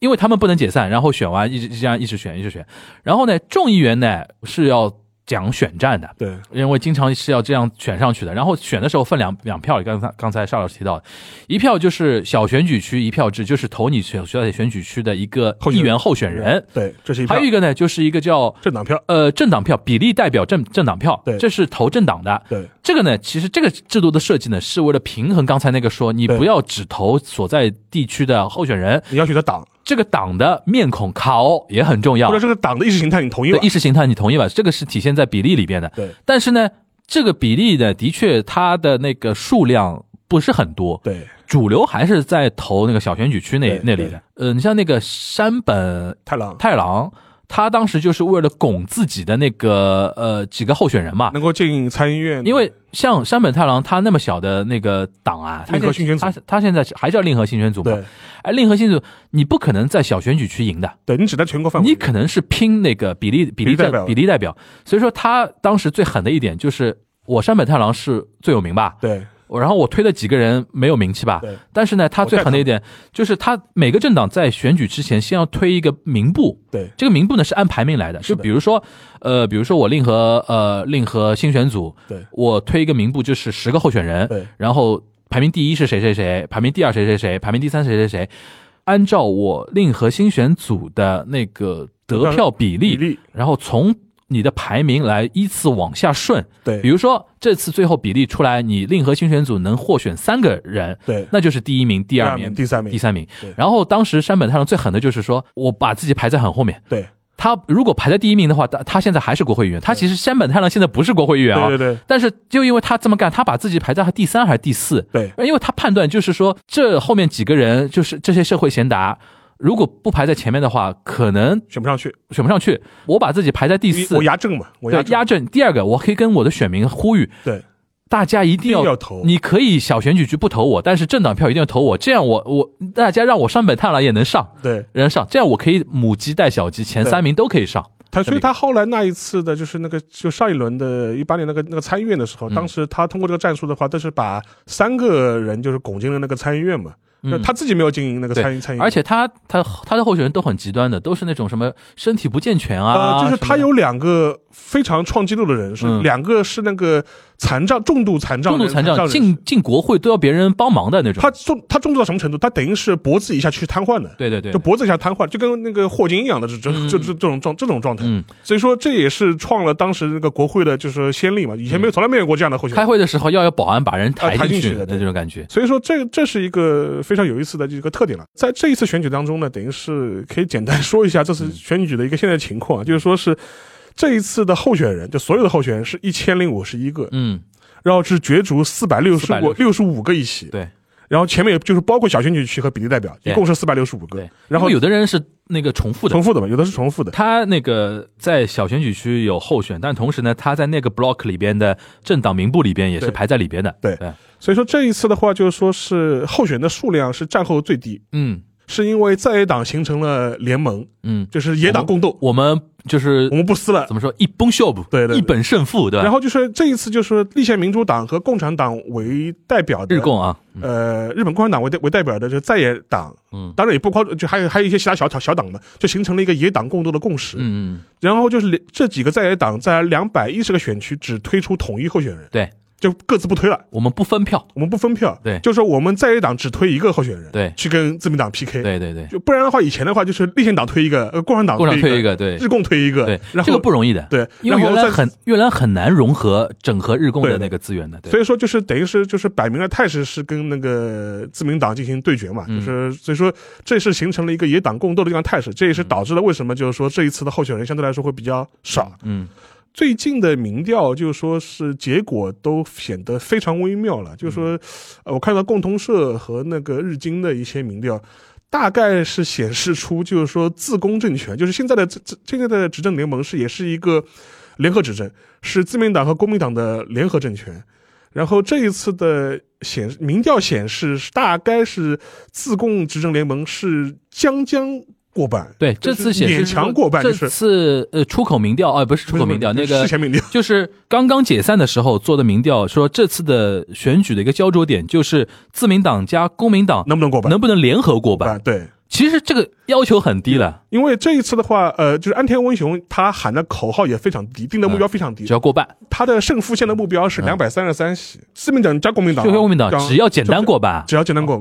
B: 因为他们不能解散，然后选完一直这样一直选一直选，然后呢，众议员呢是要讲选战的，
C: 对，
B: 因为经常是要这样选上去的。然后选的时候分两两票，刚才刚才邵老师提到的，一票就是小选举区一票制，就是投你所在选举区的一个
C: 候
B: 议
C: 选人
B: 员候选人。
C: 对，这是一票
B: 还有一个呢，就是一个叫
C: 政党票，
B: 呃政党票，比例代表政政党票
C: 对，
B: 这是投政党的。
C: 对
B: 这个呢，其实这个制度的设计呢，是为了平衡刚才那个说，你
C: 对
B: 不要只投所在地区的候选人，
C: 你要选择党，
B: 这个党的面孔考也很重要
C: 或者。这个党的意识形态你同意吧
B: 对？意识形态，你同意吧？这个是体现在比例里边的。
C: 对
B: 但是呢，这个比例呢，的确它的那个数量不是很多，
C: 对，
B: 主流还是在投那个小选举区那
C: 对
B: 那里的。呃，你像那个山本
C: 太郎
B: 太郎，他当时就是为了拱自己的那个呃几个候选人嘛，
C: 能够进参议院，
B: 因为像山本太郎他那么小的那个党啊，他
C: 令和新选组
B: 他他现在还叫令和新选组嘛
C: 对，
B: 哎，令和新选组你不可能在小选举区赢的，
C: 对你只在全国范围，
B: 你可能是拼那个比例比例
C: 比例代
B: 代
C: 表
B: 比例代表，所以说他当时最狠的一点就是我山本太郎是最有名吧，
C: 对
B: 我然后我推的几个人没有名气吧，
C: 对
B: 但是呢，他
C: 我
B: 最
C: 赞
B: 狠的
C: 同
B: 一点就是他每个政党在选举之前先要推一个名簿，
C: 对
B: 这个名簿呢是按排名来的，
C: 是
B: 就
C: 的
B: 比如说呃，比如说我令和呃令和新选组，
C: 对
B: 我推一个名簿就是十个候选人，
C: 对
B: 然后排名第一是谁谁谁，排名第二谁谁谁，排名第三谁谁谁，按照我令和新选组的那个得票比
C: 比
B: 例，
C: 例
B: 然后从你的排名来依次往下顺。比
C: 对
B: 如说这次最后比例出来，你令和新选组能获选三个人，
C: 对
B: 那就是第一名、第
C: 第
B: 二
C: 二
B: 名、
C: 第三名
B: 第三名
C: 对。
B: 然后当时山本太郎最狠的就是说，我把自己排在很后面。
C: 对
B: 他如果排在第一名的话，他他现在还是国会议员。他其实山本太郎现在不是国会议员啊，
C: 对对对
B: 但是就因为他这么干，他把自己排在第三还是第四？
C: 对
B: 因为他判断就是说，这后面几个人就是这些社会贤达，如果不排在前面的话，可能
C: 选不上去，
B: 选不上去。我把自己排在第四，
C: 我压正嘛，我压
B: 对
C: 正
B: 压阵。第二个，我可以跟我的选民呼吁，
C: 对
B: 大家一定
C: 一定
B: 要
C: 要投
B: 你可以小选举区不投我，但是政党票一定要投我，这样我我大家让我上本太郎也能上，
C: 对。
B: 能上，这样我可以母鸡带小鸡，前
C: 对
B: 三名都可以上。
C: 他所以他后来那一次的，就是那个就上一轮的一八年那个那个参议院的时候，
B: 嗯
C: 当时他通过这个战术的话，但是把三个人就是拱进了那个参议院嘛，那
B: 嗯
C: 他自己没有经营那个参议参议院，
B: 而且他他他的候选人都很极端的，都是那种什么身体不健全啊，
C: 呃，就是
B: 什么
C: 他有两个非常创纪录的人，是
B: 嗯
C: 两个是那个残障重度残障
B: 重度
C: 人
B: 残障，
C: 人士
B: 进进国会都要别人帮忙的那种。
C: 他重他重度到什么程度？他等于是脖子以下去瘫痪的。
B: 对对对
C: 就，脖子以下瘫痪，就跟那个霍金一样的，这这
B: 嗯
C: 就这这种状这种状态，
B: 嗯，
C: 所以说这也是创了当时那个国会的就是先例嘛，以前
B: 嗯
C: 没有从来没有过这样的候选人
B: 开。会的时候要有保安把人抬
C: 啊抬进
B: 去
C: 去
B: 的
C: 的
B: 那
C: 对
B: 种感觉。
C: 所以说这这是一个非常有意思的一个特点了。在这一次选举当中呢，等于是可以简单说一下这次选举的一个现在情况啊，就是说是这一次的候选人，就所有的候选人是一千零五十一个，
B: 嗯，
C: 然后是角逐四百六十五六十五个议席，
B: 对。
C: 然后前面也就是包括小选举区和比例代表，一
B: 对
C: 共是四百六十五个
B: 对。。
C: 然
B: 因
C: 后
B: 为有的人是那个重复的
C: 重，复的嘛，有的是重复的，
B: 他那个在小选举区有候选，但同时呢，他在那个 block 里边的政党名簿里边也是
C: 对
B: 排在里边的。
C: 对
B: 对，
C: 所以说这一次的话，就是说是候选人的数量是战后最低，
B: 嗯
C: 是因为在野党形成了联盟，
B: 嗯，
C: 就是野党共斗，
B: 我们就是
C: 我们不撕了
B: 怎。么说一崩秀不？
C: 嗯对对对
B: 一本胜负，对吧？
C: 然后就是这一次就是立宪民主党和共产党为代表的
B: 日共啊，
C: 呃日本共产党为代为代表的就是在野党，
B: 嗯
C: 当然也不光就还有还有一些其他小小小党的，就形成了一个野党共斗的共识。
B: 嗯嗯，
C: 然后就是连这几个在野党在两百一十个选区只推出统一候选人，
B: 对，
C: 就各自不推了，
B: 我们不分票，
C: 我们不分票，
B: 对
C: 就是说我们在野党只推一个候选人，
B: 对
C: 去跟自民党 PK，，
B: 对对对，
C: 就不然的话，以前的话就是立宪党推一个，呃，共产党
B: 共产
C: 推
B: 推一，个，对
C: 日共推一个，
B: 对，
C: 然后
B: 这个不容易的，
C: 对，
B: 因为
C: 然后
B: 原来
C: 再
B: 很原来很难融合整合日共的
C: 对
B: 那个资源的，对
C: 所以说就是等于是就是摆明了态势是跟那个自民党进行对决嘛，
B: 嗯
C: 就是所以说这是形成了一个野党共斗的这样态势，这也是导致了为什么就是说这一次的候选人相对来说会比较少。
B: 嗯
C: 最近的民调就是说是结果都显得非常微妙
B: 嗯
C: 了，就是说，呃，我看到共同社和那个日经的一些民调。大概是显示出，就是说自公政权，就是现在的这这现在的执政联盟是也是一个联合执政，是自民党和公民党的联合政权。然后这一次的显示民调显示，大概是自贡执政联盟是将将过半，
B: 对，
C: 就
B: 这
C: 是
B: 次显示
C: 勉强
B: 出
C: 过半，就
B: 这
C: 是
B: 次呃出口民调，啊，不是出口民调，那
C: 事
B: 个
C: 前民调，
B: 就是刚刚解散的时候做的民调，说这次的选举的一个焦灼点就是自民党加公民党
C: 能不能过半？
B: 能不能联合过半。
C: 啊，对
B: 其实这个要求很低了，
C: 因为这一次的话，呃，就是安田文雄他喊的口号也非常低，定的目标非常低
B: 只，要过半。
C: 他的胜负线的目标
B: 嗯
C: 是两百三十三席，自民党加国民党，
B: 就跟国民党
C: 这样
B: 只要简单过半，
C: 只要简
B: *laughs*
C: 单过，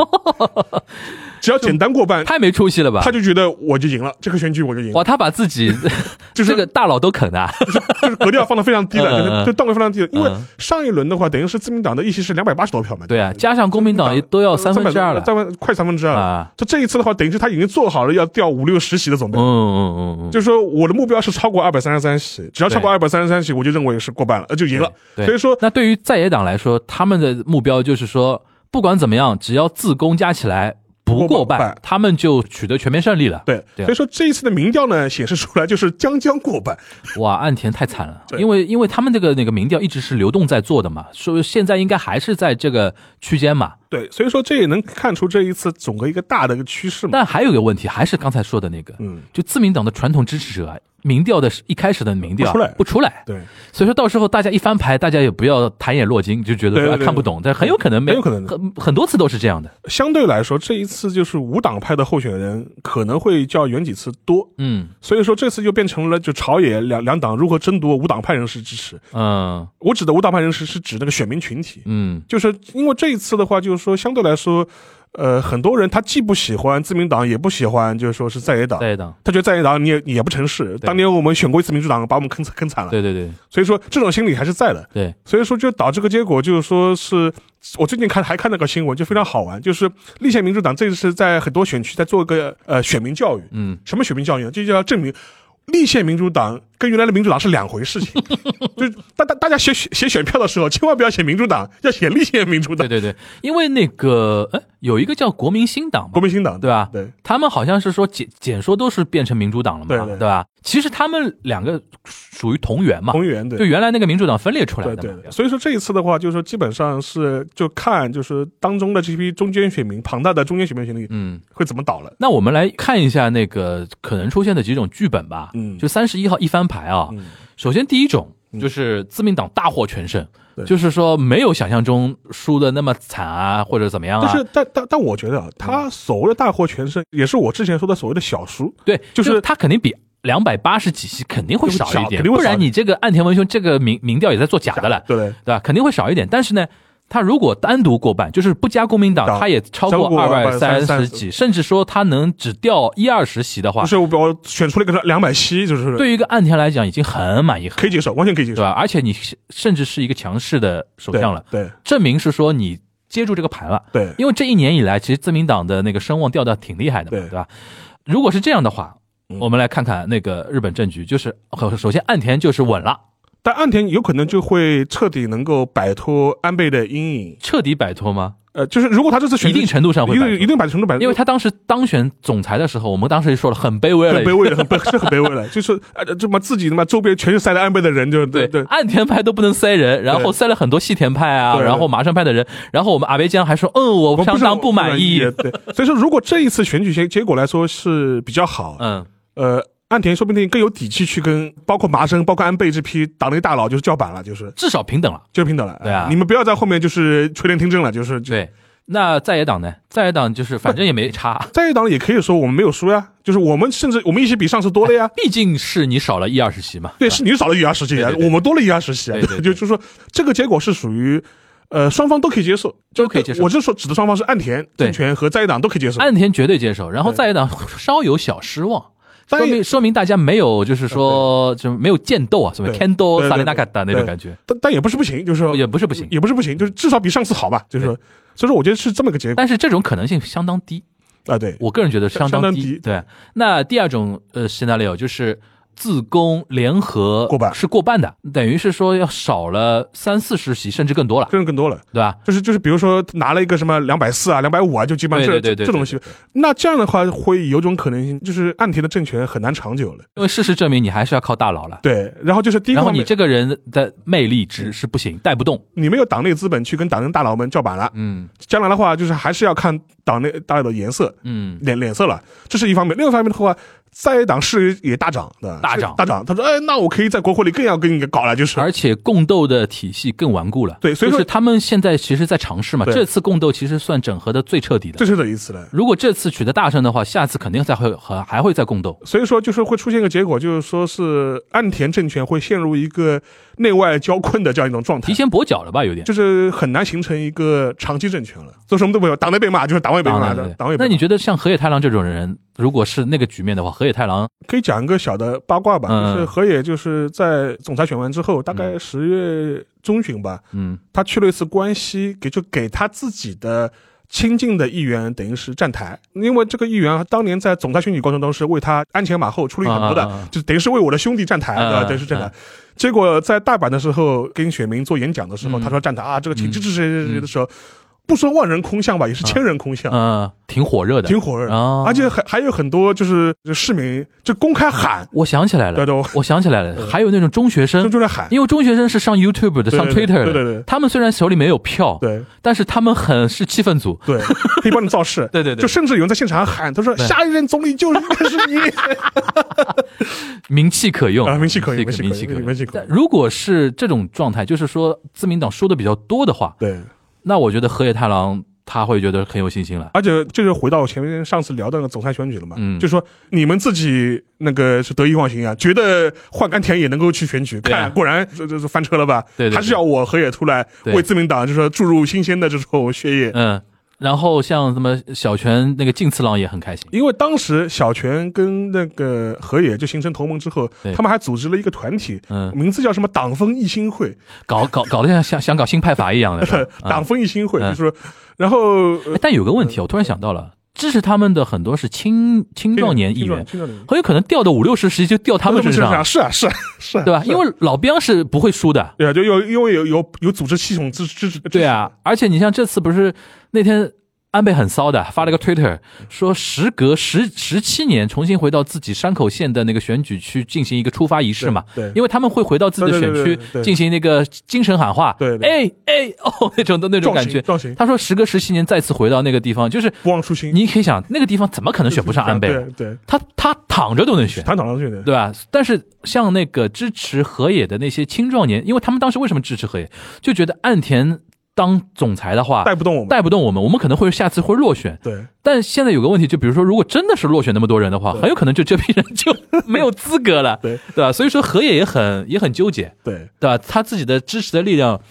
C: 只要简单过半，
B: 太没出息了吧
C: 他？就觉得我就赢了，这个选举我就赢，
B: 哇，他把自己
C: 就是
B: 这个大佬都啃啊了，
C: 就是格调放的非常低
B: *laughs* 嗯嗯
C: 了，
B: 嗯
C: 就档位非常低了。因为
B: 嗯
C: 上一轮的话，等于是自民党的议席是两百八十多票嘛，
B: 对啊，加上国民党也都要三分之二了
C: 嗯三分快三分之二了。
B: 啊，
C: 就这一次的话，等于是他已经做好了要掉五六十席的准备
B: 嗯。嗯嗯嗯，
C: 就是说，我的目标是超过二百三十三席，只要超过二百三十三席，我就认为是过半了，呃，就赢了。
B: 对
C: 所以说，
B: 那对于在野党来说，他们的目标就是说，不管怎么样，只要自公加起来不过
C: 不过半
B: 半，他们就取得全面胜利了。
C: 对，
B: 对啊
C: 所以说这一次的民调呢，显示出来就是将将过半。
B: 哇，岸田太惨了，
C: 对
B: 因为因为他们这个那个民调一直是流动在做的嘛，所以现在应该还是在这个区间嘛。
C: 对，所以说这也能看出这一次整个一个大的一个趋势嘛。
B: 但还有一个问题，还是刚才说的那个，
C: 嗯，
B: 就自民党的传统支持者啊，民调的一开始的民调
C: 不出来
B: 不出来，
C: 对，
B: 所以说到时候大家一翻牌，大家也不要抬眼落睛，就觉得
C: 对对
B: 说啊
C: 对
B: 看不懂，但很有可能没
C: 很有可能的
B: 很很多次都是这样的。
C: 相对来说，这一次就是无党派的候选人可能会较原几次多，
B: 嗯
C: 所以说这次就变成了就朝野两两党如何争夺无党派人士支持。
B: 嗯
C: 我指的无党派人士是指那个选民群体，
B: 嗯，
C: 就是因为这一次的话，就是说相对来说，呃，很多人他既不喜欢自民党，也不喜欢就是说是在野党。
B: 在野党，
C: 他觉得在野党你也你也不成事，当年我们选过一次民主党，把我们坑坑惨了，
B: 对对对
C: 所以说这种心理还是在的。
B: 对，
C: 所以说就导致个结果，就是说是我最近看还看了个新闻，就非常好玩，就是立宪民主党这次在很多选区在做个呃选民教育，
B: 嗯，
C: 什么选民教育呢？这就要证明。立宪民主党跟原来的民主党是两回事情，就是大大大家写写选票的时候，千万不要写民主党，要写立宪民主党
B: 对、对对，因为那个哎，有一个叫国民新党嘛
C: 国，民新党，
B: 对吧？
C: 对
B: 他们好像是说简简说都是变成民主党了嘛，
C: 对对
B: 吧？其实他们两个属于同源嘛，
C: 同源对
B: 就原来那个民主党分裂出来
C: 对
B: 的嘛。
C: 对对，所以说这一次的话，就是说基本上是就看就是当中的这批中间选民，庞大的中间选民群体
B: 嗯，
C: 会怎么倒了。
B: 那我们来看一下那个可能出现的几种剧本吧。
C: 嗯
B: 就三十一号一翻牌啊，
C: 嗯
B: 首先第一种就是自民党大获全胜
C: 对，
B: 就是说没有想象中输的那么惨啊，或者怎么样啊。嗯
C: 但是，但但但我觉得啊，他所谓的大获全胜，也是我之前说的所谓的小输。
B: 对，
C: 就
B: 就是他肯定比两百八十几席肯定会少
C: 少
B: 一点，
C: 肯定会
B: 不
C: 少一
B: 然
C: 点
B: 你这个岸田文雄这个民民调也在做假的了，
C: 对不对，
B: 对吧？肯定会少一点。但是呢，他如果单独过半，就是不加国民
C: 党
B: 党，他也超
C: 超过
B: 过二百
C: 230
B: 三十几，甚至说他能只掉一二十席的话
C: 就，是我我选出了一个两百七，就是
B: 对于一个岸田来讲已经很满意，很
C: 可以接受，完全可以接
B: 对
C: 受。
B: 吧？而且你是甚至是一个强势的首相了，
C: 对
B: 证明是说你接住这个盘了。
C: 对
B: 因为这一年以来，其实自民党的那个声望掉的挺厉害的嘛，
C: 对
B: 对吧？如果是这样的话
C: 嗯，
B: 我们来看看那个日本政局，就是呃首先岸田就是稳了，
C: 但岸田有可能就会彻底能够摆脱安倍的阴影。
B: 彻底摆脱吗？
C: 呃，就是如果他这次选
B: 一定程度上会
C: 一
B: 摆
C: 定一
B: 脱，
C: 定摆程度摆脱，
B: 因为他当时当选总裁的时候，我们当时也说了很卑微
C: 很
B: 了，
C: 卑微的，很卑是很卑微的，就是呃这么自己他妈周边全是塞了安倍的人，就对
B: 对
C: 对
B: 岸田派都不能塞人，然后塞了很多细田派啊，
C: 对
B: 然后麻生派的人，然后我们阿倍江还说，嗯，我
C: 我
B: 相
C: 是
B: 当不满意，
C: 对，
B: *laughs*
C: 所以说如果这一次选举结结果来说是比较好，
B: 嗯，
C: 呃，岸田说不定更有底气去跟包括麻生、包括安倍这批党内大佬就是叫板了，就是
B: 至少平等了。
C: 就是平等了。
B: 对啊
C: 你们不要在后面就是垂帘听政了，就是就。
B: 对，那在野党呢？在野党就是反正也没差，
C: 在野党也可以说我们没有输呀，就是我们甚至我们一起比上次多了呀。
B: 毕竟是你少了一二十席嘛。
C: 对，是你少了一二十席啊，
B: 对对对
C: 我们多了一二十席啊。
B: 对对对
C: 就就是说这个结果是属于，呃，双方都可以接受，
B: 都可以接受
C: 我就说指的双方是岸田
B: 对
C: 政权和在野党都可以接受。
B: 岸田绝对接受，然后
C: 对
B: 在野党稍有小失望，
C: 但
B: 说明说明大家没有就是说就没有剑斗啊，什么
C: 对
B: 天斗
C: 对对
B: 萨利纳卡达那
C: 对
B: 种感觉，
C: 但但也不是不行，就是说
B: 哦也不是不行，
C: 也不是不行，就是至少比上次好吧，就是说，所以说我觉得是这么个结果
B: 但是这种可能性相当低，
C: 啊，对，
B: 我个人觉得相
C: 相当低
B: 低。对，那第二种呃 scenario 就是。自公联合
C: 过半
B: 是过半的，等于是说要少了三四十席，甚至更多了，
C: 这种更多了。
B: 对吧？
C: 就是就是，比如说拿了一个什么两百四啊、两百五啊，就基本上这
B: 对对对对
C: 这种戏。那这样的话，会有种可能性，就是岸田的政权很难长久了。
B: 因为事实证明你还是要靠大佬了。
C: 对，然后就是第一
B: 然后
C: 方面，
B: 你这个人的魅力值是不行，带不动。
C: 你没有党内资本去跟党内大佬们叫板了。
B: 嗯
C: 将来的话，就是还是要看党内大佬的颜色
B: 嗯，
C: 脸脸色了，这是一方面。另一方面的话，在野党势力也大涨的，
B: 大涨
C: 大涨。他说，哎，那我可以在国会里更要跟你搞了，就是。
B: 而且共斗的体系更顽固了。
C: 对所以
B: 就
C: 说
B: 是他们现在其实在尝试嘛，
C: 对
B: 这次共斗其实算整合的最彻底的。
C: 这是的意思了。
B: 如果这次取得大胜的话，下次肯定再会还还会再共斗。
C: 所以说，就是会出现一个结果，就是说是岸田政权会陷入一个内外交困的这样一种状态
B: 提，前跛脚了吧，有点。
C: 就是很难形成一个长期政权了。做什么都不有，党内被骂就是党外被骂的，党外
B: 那
C: 被骂。
B: 你觉得像河野太郎这种人，如果是那个局面的话，河野太郎
C: 可以讲一个小的八卦吧，
B: 嗯
C: 就是河野就是在总裁选完之后，大概十月中旬吧，
B: 嗯
C: 他去了一次关西，给就给他自己的亲近的议员等于是站台，因为这个议员啊当年在总裁选举过程中是为他鞍前马后出力很多的，
B: 啊啊啊
C: 就嗯等于是为我的兄弟站台，
B: 啊
C: 对吧？
B: 啊
C: 等于是站台。
B: 啊
C: 结果在大阪的时候跟选民做演讲的时候，
B: 嗯
C: 他说站台啊，这个请
B: 嗯
C: 支持谁谁谁谁的时候，不说万人空巷吧，也是千人空巷，
B: 呃，挺火热的。
C: 挺火热的。
B: 啊，
C: 而且还还有很多就是市民就公开喊，
B: 我想起来
C: 对
B: 了，
C: 对，我
B: 我想起来了，还有那种中学
C: 就
B: 生，
C: 就在喊，
B: 因为中学生是上 YouTube 的，
C: 对
B: 上
C: 对
B: Twitter
C: 对对
B: 的，
C: 对
B: 他们虽然手里没有票，
C: 对
B: 但是他们很是气氛组。
C: 对，可以帮你造势，
B: 对对对
C: 就，甚至有人在现场喊，他说：“
B: 对
C: 下一任总理就应
B: *laughs*
C: 该是你。
B: 名气可用
C: 啊名气可用
B: 名
C: 名
B: 气
C: 气
B: 可用，
C: 可用
B: 名
C: 名
B: 气
C: 气
B: 可
C: 可
B: 用。
C: 用
B: 如果是这种状态，就是说自民党说的比较多的话”，
C: 对，
B: 那我觉得河野太郎他会觉得很有信心了。
C: 而且这就回到我前面上次聊到那个总裁选举了嘛，
B: 嗯
C: 就说你们自己那个是得意忘形啊，觉得换甘田也能够去选举，
B: 对啊
C: 看果然这这这翻车了吧？
B: 对对对
C: 还是要我河野出来
B: 对
C: 为自民党就说注入新鲜的这种血液。
B: 嗯，然后像什么小泉那个近次郎也很开心。
C: 因为当时小泉跟那个河野就形成同盟之后
B: 对，
C: 他们还组织了一个团体， *laughs*
B: 嗯，
C: 名字叫什么“党风一心会
B: 搞搞搞得像像想搞新派法一
C: *laughs*
B: 样的”，是吧。
C: 党
B: 嗯
C: 风一心会，
B: 嗯
C: 就是说，然后呃
B: 哎但有个问题，我突然想到了，支持他们的很多是青青壮年议
C: 青
B: 员，
C: 青壮年
B: 很有可能掉的五六十席就掉他们身上，
C: 是啊是啊是啊，
B: 对吧？
C: 是啊
B: 因为老兵是不会输的，
C: 对啊，就有因为有有有组织系统支支持，
B: 对啊。而且你像这次不是那天。安倍很骚的，发了个 Twitter 说，时隔十十七年重新回到自己山口县的那个选举区进行一个出发仪
C: 支持
B: 式嘛，
C: 对，
B: 因为他们会回到自己的选
C: 对对对对
B: 区
C: 对
B: 进行那个精神喊话，
C: 对对
B: 哎哎哦那种的那种
C: 壮
B: 感
C: 行
B: 觉。
C: 壮行，
B: 他说，时隔十七年再次回到那个地方，就是
C: 不忘初心，
B: 你可以想，那个地方怎么可能选不上安倍啊？
C: 对对，
B: 他他躺着都能选，
C: 谈讨上去的，
B: 对吧？但是像那个支持河野的那些青壮年，因为他们当时为什么支持河野，就觉得岸田当总裁的话
C: 带不动我们，
B: 带不动我们，我们可能会下次会落选。
C: 对
B: 但现在有个问题，就比如说，如果真的是落选那么多人的话，
C: 对
B: 很有可能就这批人就没有资格了，
C: 对
B: 对吧？所以说河野也很也很纠结，
C: 对
B: 对吧？他自己的支持的力量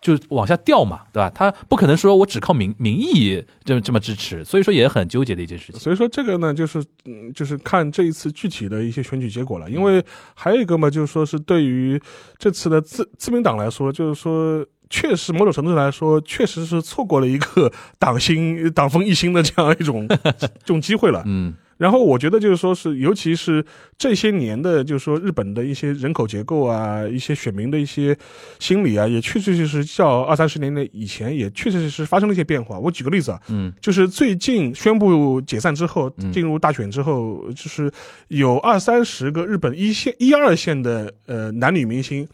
B: 就往下掉嘛，对吧？他不可能说我只靠民民意这么这么支持，所以说也很纠结的一件事情。
C: 所以说这个呢，就是嗯，就是看这一次具体的一些选举结果了，因
B: 嗯
C: 为还有一个嘛，就是说是对于这次的自自民党来说，就是说。确实，某种程度来说，确实是错过了一个 *laughs* 党心、党风一心的这样
B: *laughs*
C: 一种这种机会了。
B: 嗯
C: 然后我觉得就是说是，尤其是这些年的，就是说日本的一些人口结构啊，一些选民的一些心理啊，也确确实实较二三十年的以前，也确确实实发生了一些变化。我举个例子啊，
B: 嗯
C: 就是最近宣布解散之后
B: 嗯，
C: 进入大选之后，就是有二三十个日本一线、一二线的呃男女明星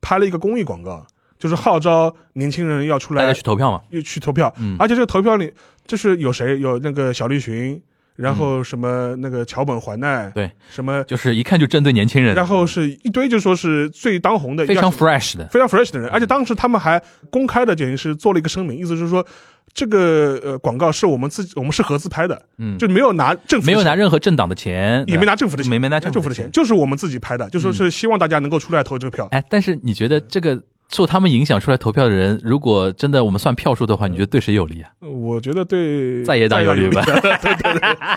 C: 拍了一个公益广告，就是号召年轻人要出
B: 大
C: 来
B: 家去投票嘛，
C: 又去投票，
B: 嗯
C: 而且这个投票里就是有谁有那个小栗旬，然后什么那个桥本环奈，
B: 嗯对，
C: 什么，
B: 就是一看就针对年轻人，
C: 然后是一堆就说是最当红的，
B: 非
C: 要
B: 常
C: 是
B: fresh 嗯的，
C: 非常 fresh 的人，而且当时他们还公开的简直是做了一个声明，意思就是说。这个呃广告是我们自己，我们是合资拍的，
B: 嗯，
C: 就没有拿政府的
B: 没有
C: 钱
B: 拿任何政党的钱，
C: 也没拿政府的钱，
B: 没没拿政
C: 政
B: 府
C: 府
B: 的
C: 的
B: 钱嗯
C: 钱，就是我们自己拍的，就说是希望大家能够出来投这个票。
B: 哎，但是你觉得这个受他们影响出来投票的人，如果真的我们算票数的话，你觉得对谁有利啊？ *laughs*
C: 我觉得对
B: 在野党有利吧？
C: *laughs* 对对
B: *laughs*
C: 对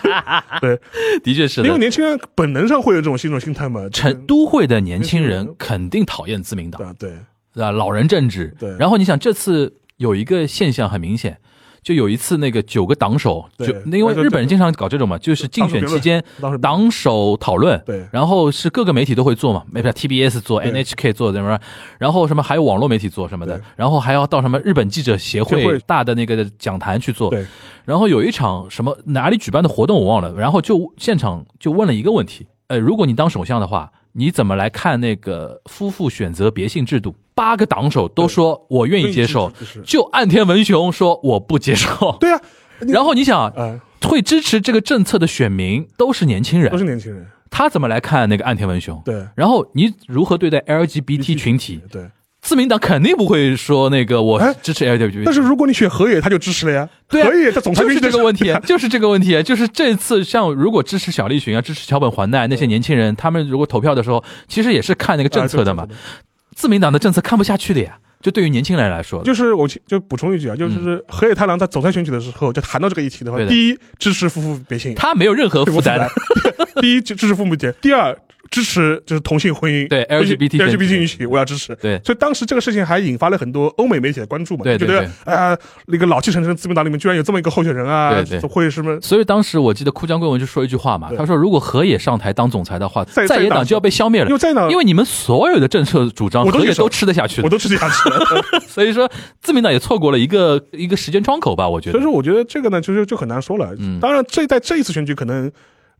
C: 对，
B: 的确是
C: 因为
B: 的，
C: 年轻人本能上会有这种心这种心态嘛。就是
B: 成都会的年轻人肯定讨厌自民党
C: 对，啊对，
B: 对吧？老人政治，
C: 对
B: 然后你想，这次有一个现象很明显。就有一次，那个九个党首，
C: 对
B: 就因为日本人经常搞这种嘛，就是竞选期间
C: 当时
B: 党首讨论，
C: 对
B: 然后是各个媒体都会做嘛，没不 TBS 做
C: 对
B: ，NHK 做什么，然后什么还有网络媒体做什么的
C: 对，
B: 然后还要到什么日本记者协
C: 协
B: 会
C: 会
B: 大的那个讲坛去做，
C: 对
B: 然后有一场什么哪里举办的活动我忘了，然后就现场就问了一个问题，呃，如果你当首相的话，你怎么来看那个夫妇选择别姓制度？八个党首都说我愿意接受
C: 愿意支持支，持
B: 就岸田文雄说我不接受。
C: 对啊，
B: *laughs*
C: 你
B: 然后你想，
C: 啊
B: 会支持这个政策的选民都是年轻
C: 都
B: 人，
C: 是年轻人，
B: 他怎么来看那个岸田文雄？
C: 对
B: 然后你如何对待 LGBT 群体？
C: 对。
B: 自民党肯定不会说那个我
C: 哎
B: 支持 LGBT，
C: 但是如果你选河野，他就支持了呀。
B: 对啊
C: 河野他总裁
B: 就是
C: 必须
B: 这
C: 得
B: 个问
C: *laughs*
B: 题，啊就是这个问题，就是这次像如果支持小栗旬啊，支持桥本环奈那些年轻人，他们如果投票的时候，其实也是看那个政策的嘛
C: 啊。对
B: 自民党的政策看不下去的呀，就对于年轻人来说，
C: 就是我就补充一句啊，就是河野太郎在总裁选举的时候就谈到这个议题的
B: 嗯
C: 话
B: 对，的
C: 第一支持夫妇别姓，
B: 他没有任何
C: 对
B: 负
C: 我负
B: 担
C: 担。 *laughs* 第一支持父母节，第二支持就是同性婚姻，
B: 对 LGBT 群
C: LGBT
B: 体
C: 允许，我要支持。
B: 对
C: 所以当时这个事情还引发了很多欧美媒体的关注嘛，
B: 对对
C: 觉得
B: 对
C: 哎呀，那个老气沉沉的自民党里面居然有这么一个候选人啊
B: 对对，
C: 会什么
B: 所以当时我记得哭江贵文就说一句话嘛，
C: 对
B: 他说如果河野上台当总裁的话，
C: 在
B: 在野党就要被消灭
C: 因
B: 了
C: 为。在呢
B: 因，为你们所有的政策主张，
C: 我都
B: 河野
C: 接受
B: 都吃得下去
C: 我
B: 的，
C: 都吃这样吃。
B: 所以说自民党也错过了一个一个时间窗口吧，我觉
C: *laughs* 所
B: 得
C: 以。说，我觉得这个呢，就是就很难说了。
B: 嗯
C: 当然，这在这一次选举可能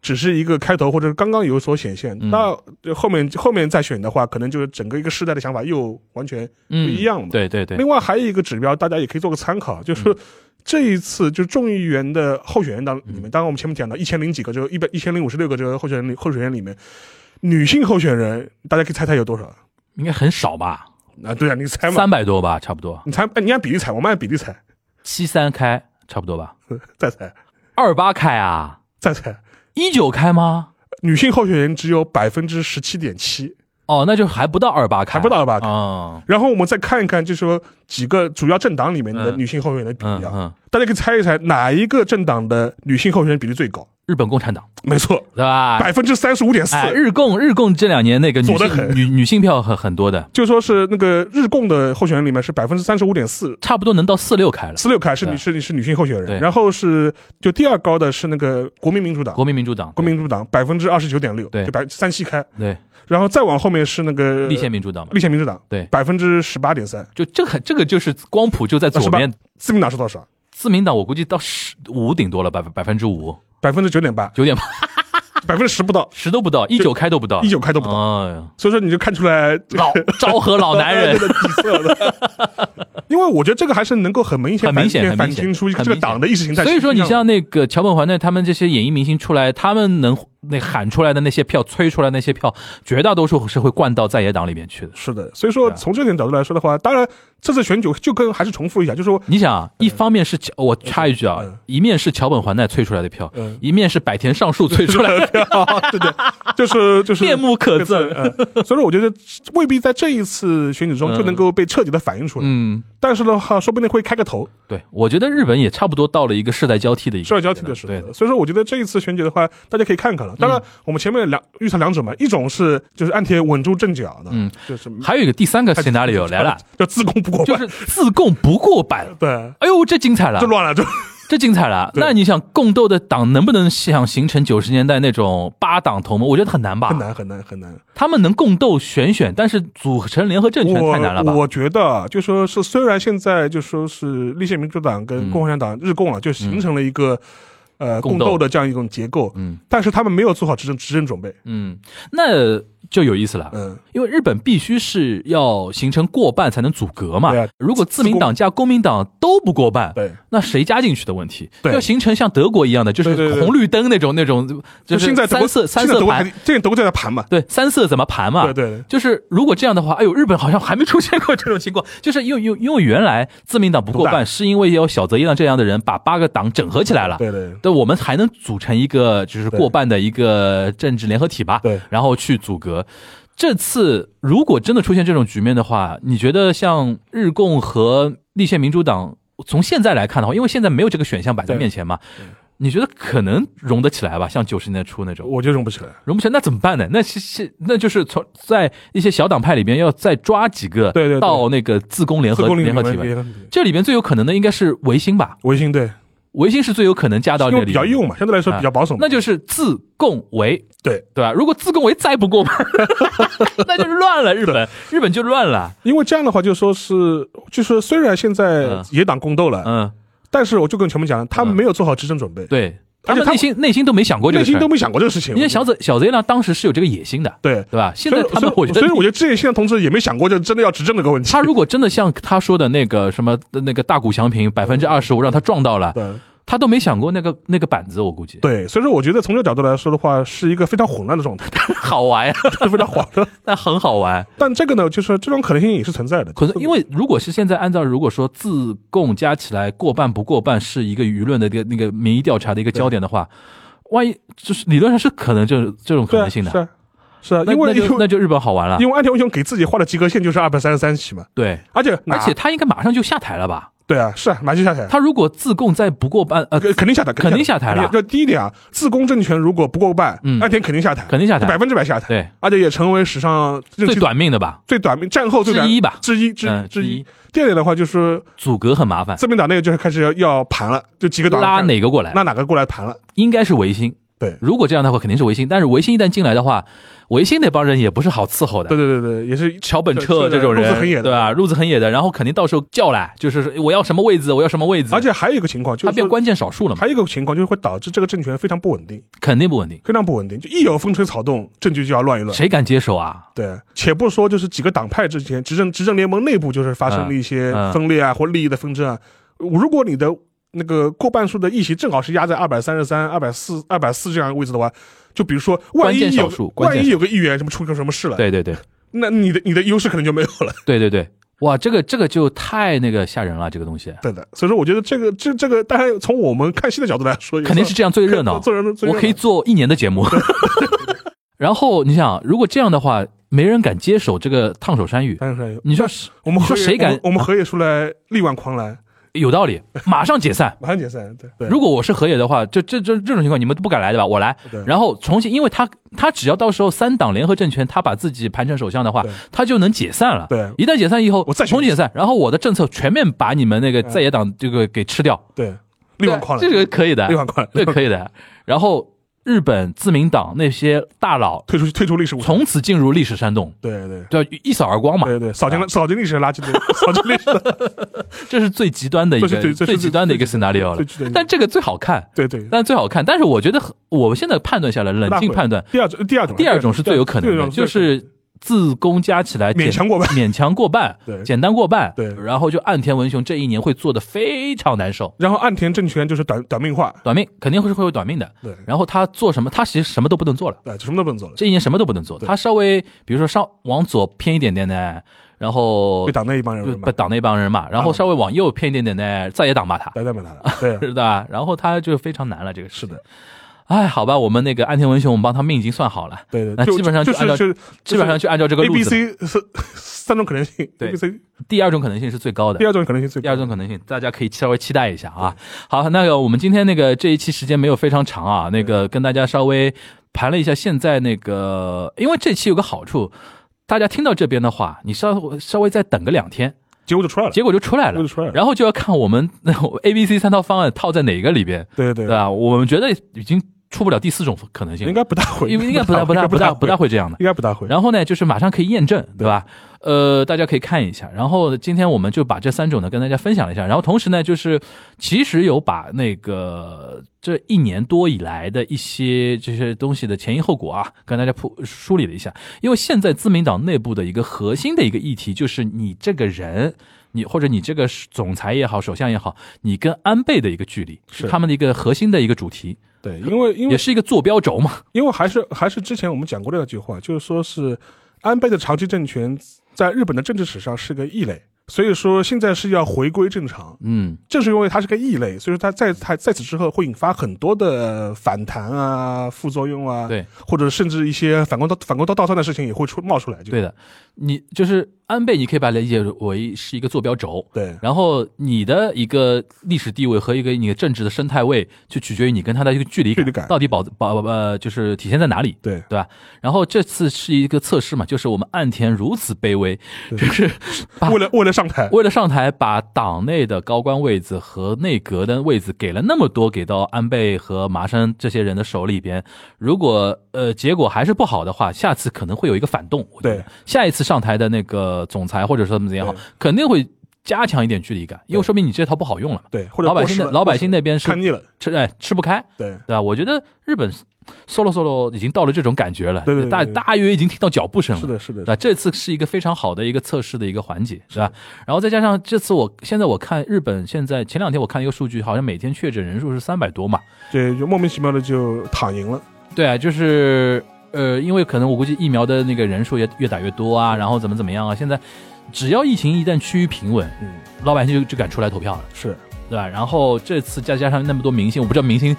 C: 只是一个开头，或者刚刚有所显现。
B: 嗯
C: 那后面后面再选的话，可能就是整个一个世代的想法又完全
B: 嗯，
C: 不一样嘛
B: 对对对，嗯
C: 另外还有一个指标，大家也可以做个参考，就是这一次就众议员的候选人当里
B: 嗯
C: 面，当然我们前面讲到一千零几个，就一百一千零五十六个这个候选人里候选人里面，女性候选人大家可以猜猜有多少？
B: 应该很少吧，
C: 啊，对啊，你猜嘛，
B: 三百多吧，差不多，
C: 你猜，哎你按比例猜，我们按比例猜，呃
B: 七三开，差不多吧，
C: 再猜，
B: 二八开啊，
C: 再猜，
B: 一九开吗？
C: 女性候选人只有百分之十七点七。
B: 哦，那就还不到二八开，
C: 还不到28开
B: 嗯
C: 然后我们再看一看，就是说几个主要政党里面的
B: 嗯
C: 女性候选人的比
B: 嗯
C: 例啊，
B: 嗯，
C: 大家可以猜一猜哪一个政党的女性候选人比例最高？
B: 日本共产党
C: 没错，
B: 对吧？
C: 百分之三十五点四。
B: 哎，日共日共这两年那个女
C: 左得
B: 性
C: 很
B: 女女性票很很多的，
C: 就说是那个日共的候选人里面是百分之三十五点四。
B: 差不多能到四六开了。
C: 四六开是
B: 对
C: 女是是女性候选
B: 对
C: 人，然后是就第二高的是那个国民民主党，
B: 国民民主党，
C: 国民民主党百分之二十九点六，
B: 对
C: 就百三七开，
B: 对
C: 然后再往后面是那个
B: 立宪民主党嘛，
C: 立宪民主党，
B: 对
C: 百分之十八点三，
B: 就这个这个就是光谱就在左
C: 18
B: 边，
C: 自民党是多少？
B: 自民党我估计到十五顶多了百分百分之五，
C: 百分之九
B: *laughs*
C: 点八，
B: 九点
C: 百分之十不到，
B: 十都不到，一九开都不到，
C: 一九开都不到，
B: 哎呀，
C: 所以说你就看出来这个
B: 老昭和老 *laughs* 男人
C: 这，个底色了。
B: *laughs*
C: 因为我觉得这个还是能够很明显
B: 很明显
C: 反
B: 很
C: 反
B: 明显
C: 映出这
B: 很
C: 个
B: 明显
C: 党的意识形态。
B: 所以说，你像那个桥本环奈他们这些演艺明星出来，他们能那喊出来的那些票，催出来那些票，绝大多数是会灌到在野党里面去的。
C: 是的，所以说
B: 对啊
C: 从这点角度来说的话，当然这次选举就跟还是重复一下，就是说，
B: 你想啊，一方面是桥，我插一句啊
C: 嗯，
B: 一面是桥本环奈催出来的票
C: 嗯，
B: 一面是百田尚树催出来的票，
C: 对对，呃
B: *laughs*
C: 就是就是
B: 面目可憎。
C: 嗯，所以说我觉得未必在这一次选举中就能够被彻底的反映出来，
B: 嗯，
C: 但是的话，说不定会开个头，
B: 对，我觉得日本也差不多到了一个世代交替的一个嗯
C: 社会交替的时
B: 对
C: 候。所以说，我觉得这一次选举的话，大家可以看看了。当然，我们前面两预测两种嘛，一种是就是岸田稳住阵脚的，
B: 嗯，
C: 就是
B: 还有一个第三个 scenario 来了，，
C: 就自贡不过
B: 就
C: 关，
B: 是自贡不过版。
C: 对，
B: 哎呦，这精彩了
C: 就！乱了，就
B: 这精彩了！
C: 对
B: 那你想共斗的党能不能想形成九十年代那种八党同盟？我觉得很难吧，
C: 很。难很难很难。
B: 他们能共斗选选，但是组成联合政权太难了吧？
C: 我我觉得啊，就说是虽然现在就说是立宪民主党跟
B: 嗯
C: 共产党日共了，啊就形成了一个。呃，
B: 共
C: 共
B: 斗
C: 斗的这样一种结构，
B: 嗯
C: 但是他们没有做好执政执政准备，
B: 嗯，那就有意思了。
C: 嗯，
B: 因为日本必须是要形成过半才能组阁嘛
C: 对啊，
B: 如果自民党加公民党都不过半，
C: 对，
B: 那谁加进去的问题？
C: 对
B: 要形成像德国一样的，就
C: 对
B: 是
C: 对对
B: 红绿灯那种那种，就是
C: 现在德
B: 三
C: 国
B: 色三
C: 现在
B: 色
C: 德国还
B: 盘，
C: 现在德国在那盘嘛，
B: 对三色怎么盘嘛？
C: 对对，
B: 就是如果这样的话，哎呦，日本好像还没出现过这种情况。 *laughs* 就是因为因为因为原来自民党不过
C: 独
B: 半，
C: 大
B: 是因为有小泽一郎这样的人把八个党整合起来了。
C: 对对
B: 对，我们还能组成一个就是过半的一个政治联合体吧。
C: 对
B: 然后去阻隔。这次如果真的出现这种局面的话，你觉得像日共和立宪民主党从现在来看的话，因为现在没有这个选项摆在
C: 对
B: 面前嘛，你觉得可能容得起来吧？像九十年代初那种。
C: 我就用不起来，
B: 容不起来，那怎么办呢？那是是那就是从在一些小党派里边要再抓几个，
C: 对对对
B: 到那个自公联
C: 自
B: 合
C: 公
B: 联合体吧。这里边最有可能的应该是维新吧，
C: 维新对，
B: 维新是最有可能加到
C: 因
B: 这
C: 为
B: 里
C: 比较
B: 边，
C: 右嘛，相对来说比较保守嘛，
B: 那就是自共维，
C: 对，
B: 对吧？如果自共维再不过嘛， *laughs* 那就是乱了，日本日本就乱了，
C: 因为这样的话就说是就是虽然现在
B: 嗯
C: 野党共斗了，
B: 嗯，
C: 但是我就跟前面讲，他们没有做好执政准备，
B: 对，他
C: 而且
B: 们
C: 他
B: 内心内心都没想过这
C: 内
B: 个事
C: 心都
B: 儿，
C: 没想过这个事情，
B: 因为小泽小泽一郎当时是有这个野心的，
C: 对。
B: 对吧？现
C: 所
B: 在
C: 以，
B: 他
C: 所以
B: 们我觉得
C: 所以我觉得这一线同志也没想过，就真的要执政这个问题。
B: 他如果真的像他说的那个什么那个大谷翔平百分之二十五让他撞到了，
C: 对
B: 他都没想过那个那个板子，我估
C: *laughs*
B: 计
C: 对，所以说我觉得从这个角度来说的话，是一个非常混乱的状态，
B: 好玩呀，
C: 是非常慌乱。
B: *laughs* 那很好玩。
C: 但这个呢，就是这种可能性也是存在的。
B: 可是因为如果是现在按照如果说自贡加起来过半不过半是一个舆论的一个那个民意调查的一个焦点的话，万一就是理论上是可能这这种可
C: 对啊
B: 能性的
C: 是，啊，是啊，
B: 那
C: 因为
B: 那
C: 因
B: 就那
C: 为
B: 就日本好玩了。
C: 因为安田文雄给自己画的及格线就是二百三十三起嘛，
B: 对，
C: 而且
B: 而
C: 哪
B: 且他应该马上就下台了吧？
C: 对啊，是啊，马上就下台了。
B: 他如果自贡再不过半，呃，
C: 肯肯定下台，
B: 肯定下台了
C: 这第一点啊，自公政权如果不过半，
B: 嗯
C: 安田肯定下台，
B: 肯定下台
C: 百分之百下台。
B: 对，
C: 而且也成为史上
B: 最
C: 任期
B: 短命的吧，
C: 最短命战后哦最
B: 之
C: 短
B: 一吧，
C: 之一之
B: 嗯，
C: 之
B: 之
C: 一
B: 一。
C: 第二点的话，就是
B: 阻隔很麻烦，
C: 自民党那个就是开始要要盘了，就几个党
B: 拉哪个过来？
C: 拉哪个过来盘了。
B: 应该是维新。
C: 对
B: 如果这样的话，肯定是维新。但是维新一旦进来的话，维新那帮人也不是好伺候
C: 对
B: 的。
C: 对对对，也是
B: 桥本
C: 对
B: 彻
C: 对
B: 这种人，
C: 路子很野的
B: 对吧？路子很野的，然后肯定到时候叫来，就是哎我要什么位置，我要什么位置。
C: 而且还有一个情况，就
B: 他
C: 是
B: 变
C: 说
B: 关键少数了嘛，
C: 还有一个情况就是会导致这个政权非常不稳定，
B: 肯定不稳定，
C: 非常不稳定。就一有风吹草动，政局就要乱一乱。
B: 谁敢接手啊？
C: 对，且不说就是几个党派之间，执政执政联盟内部就是发生了一些
B: 嗯嗯
C: 分裂啊，或利益的纷争啊。如果你的那个过半数的议席正好是压在二百三十三、二百四、二百四这样的位置的话，就比如说，万一
B: 关键少
C: 有
B: 数关
C: 万
B: 键
C: 一有个议员什么出个什么事了，
B: 对对对
C: 那你的你的优势可能就没有了。
B: 对对对，哇，这个这个就太那个吓人了，这个东西
C: *laughs* 对的，所以说我觉得这个这这个，当然从我们看戏的角度来说，也
B: 肯定是这样最热闹。
C: *laughs* 做人最热
B: 我
C: 闹
B: 可以做一年的节
C: *laughs*
B: 目。然后你想，如果这样的话，没人敢接手这个烫手山芋。
C: 当然是
B: 你说是
C: 我们
B: 你说
C: 河野
B: 谁敢啊
C: 我们我们河野出来力挽狂澜，
B: 有道
C: *laughs*
B: 理，马上解散。
C: 马上解散。对对，
B: 如果我是河野的话，这这这这种情况你们都不敢来对吧？我来
C: 对，
B: 然后重新，因为他他只要到时候三党联合政权，他把自己盘成首相的话
C: 对，
B: 他就能解散了。
C: 对
B: 一旦解散以后，
C: 我再选
B: 重新解散，然后我的政策全面把你们那个在野党这个给吃掉，
C: 对力挽狂澜，
B: 这个可以的
C: 力，挽狂澜，
B: 这个可以
C: *laughs*
B: 的。然后日本自民党那些大佬
C: 退出退出历史舞台。
B: 从此进入历史山洞，
C: 对对。
B: 对吧，一扫而光嘛。
C: 对对，扫进了扫进历史的垃圾堆，扫进历史的
B: 这是最极端的一
C: 这是最
B: 个
C: 这是最
B: 最极端的一个 scenario
C: 最
B: 了。
C: 值得。
B: *laughs* 但这个最好看，
C: 对对，
B: 但最好看。但是我觉得很我们现在判断下来，冷
C: 大
B: 静
C: 会
B: 判断，
C: 第二种第二种
B: 第二种是最有可能的，就是自攻加起来
C: 勉强过半。
B: 简勉强过半，
C: 对
B: 简单过半，
C: 对
B: 然后就岸田文雄这一年会做的非常难受，
C: 然后岸田政权就是短短命化，
B: 短命肯定会是会有短命的。
C: 对
B: 然后他做什么，他其实什么都不能做了。
C: 对，什么都不能做了，
B: 这一年什么都不能做，
C: 对
B: 他稍微比如说上往左偏一点点呢，然后
C: 被党内一帮人啊
B: 就
C: 骂
B: 被，党那帮人骂，然后稍微往右偏一点点呢，在野党骂他，
C: 来代表他了。
B: *laughs*
C: *laughs* 对啊，
B: 是的，然后他就非常难了，这个
C: 是
B: 事情
C: 的，，
B: 哎，好吧，我们那个安田文雄，我们帮他命已经算好了，
C: 对对，
B: 那
C: 就
B: 基本上
C: 就
B: 就是按照
C: 就是
B: 基本上就按照这个
C: A
B: 路
C: B
B: 子。
C: C 是三种可能性，A
B: 对
C: B C
B: 第二种可能性是最高的
C: 第，二种可能性最
B: 第二种可能性大家可以稍微期待一下啊。好，那个我们今天那个这一期时间没有非常长啊，那个跟大家稍微盘了一下现在那个，因为这期有个好处。大家听到这边的话，你稍稍微再等个两天，
C: 结果就出来了，
B: 结果就出来
C: 结果
B: 了
C: 就，出来了。
B: 然后就要看我们 A、B、C 三套方案套在哪个里边，
C: 对对
B: 对，吧？我们觉得已经出不了第四种可能性
C: 应
B: 了，
C: 该不大会，
B: 因为应该不 *laughs* 大不大
C: 应该
B: 不大不大
C: 会，
B: 会这样的。
C: 应该不大会。
B: 然后呢，就是马上可以验证，对吧？呃，大家可以看一下。然后今天我们就把这三种呢跟大家分享了一下。然后同时呢，就是其实有把那个这一年多以来的一些这些东西的前因后果啊，跟大家铺梳理了一下。因为现在自民党内部的一个核心的一个议题就是你这个人。你或者你这个总裁也好，首相也好，你跟安倍的一个距离
C: 是
B: 是他们的一个核心的一个主题，
C: 对，因为因为
B: 也是一个坐标轴嘛。
C: 因为还是还是之前我们讲过的那句话，就是说是安倍的长期政权在日本的政治史上是个异类，所以说现在是要回归正常。
B: 嗯，
C: 正是因为它是个异类，所以说它在它在此之后会引发很多的反弹啊、副作用啊，，
B: 对。
C: 或者甚至一些反光到反光到倒算的事情也会出冒出来，就
B: 对的，你就是安倍，你可以把它理解为是一个坐标轴，
C: 对
B: 然后你的一个历史地位和一个你的政治的生态位，就取决于你跟他的一个距离
C: 距离感
B: 到底保保呃就是体现在哪里。
C: 对
B: 对吧？然后这次是一个测试嘛，就是我们岸田如此卑微，就是把
C: 为了为了上台，
B: *laughs* 为了上台，把党内的高官位子和内阁的位子给了那么多，给到安倍和麻生这些人的手里边。如果呃结果还是不好的话，下次可能会有一个反动。我觉得
C: 对，
B: 下一次上台的那个总裁或者说怎么怎么样好
C: 对，
B: 肯定会加强一点距离感，因为说明你这套不好用了嘛。
C: 对，或者
B: 老百
C: 过
B: 姓
C: 时
B: 的
C: 了
B: 老百姓那边是
C: 看腻了，
B: 吃哎吃不开，
C: 对
B: 对吧？我觉得日本 solo solo 已经到了这种感觉了，
C: 对对对
B: 大
C: 对
B: 大约已经听到脚步声了，
C: 是的，是的，
B: 对吧？这次是一个非常好的一个测试的一个环节，是吧？然后再加上这次我现在我看日本现在前两天我看一个数据，好像每天确诊人数是三百多嘛，
C: 这就莫名其妙的就躺赢了。
B: 对啊，就是呃，因为可能我估计疫苗的那个人数也越打越多啊，然后怎么怎么样啊，现在只要疫情一旦趋于平稳，
C: 嗯，
B: 老百姓就就敢出来投票了。 *laughs*
C: 是
B: 对吧？然后这次再加上那么多明星，我不知道明星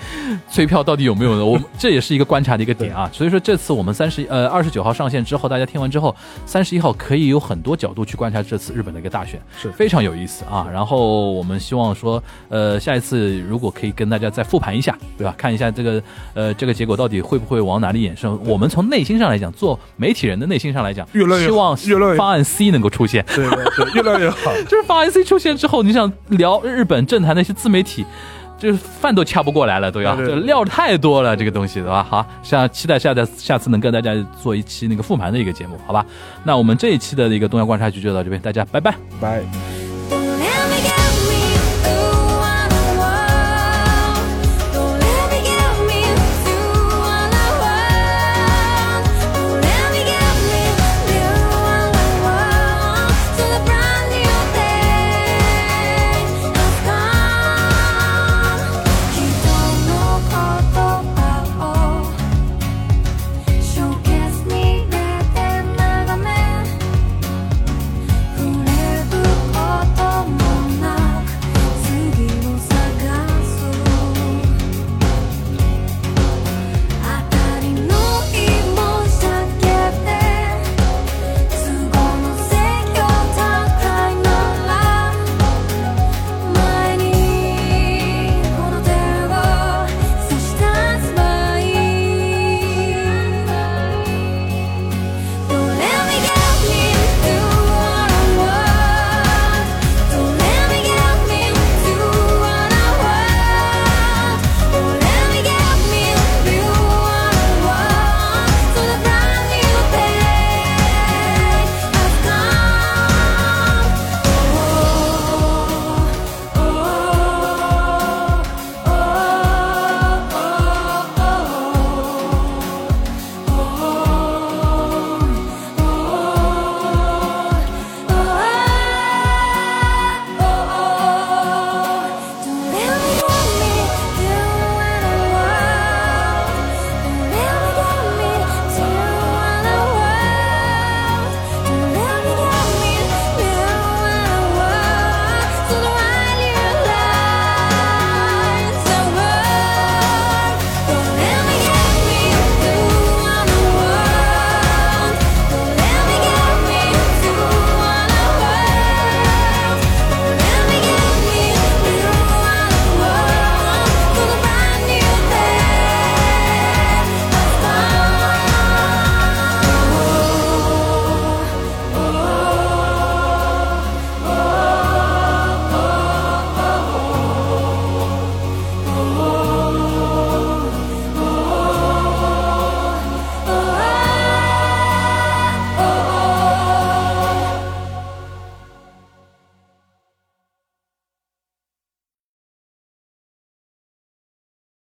B: 催票到底有没有呢？我这也是一个观察的一个点啊。所以说这次我们三十呃二十九号上线之后，大家听完之后，三十一号可以有很多角度去观察这次日本的一个大选，
C: 是，
B: 非常有意思啊。然后我们希望说，呃，下一次如果可以跟大家再复盘一下，对吧？看一下这个呃这个结果到底会不会往哪里衍生？我们从内心上来讲，做媒体人的内心上来讲，
C: 越来越
B: 希望
C: 越来越
B: 方案 C 能够出现。
C: 对对对，越来越好。
B: 就是方 IC 出现之后，你想聊日本政坛那些自媒体，就是饭都掐不过来了，都要
C: 对对
B: 这
C: 对
B: 料太多了，这个东西对吧？好，下期待下次下次能跟大家做一期那个复盘的一个节目，好吧？那我们这一期的一个东亚观察局就到这边，大家拜拜。
C: 拜。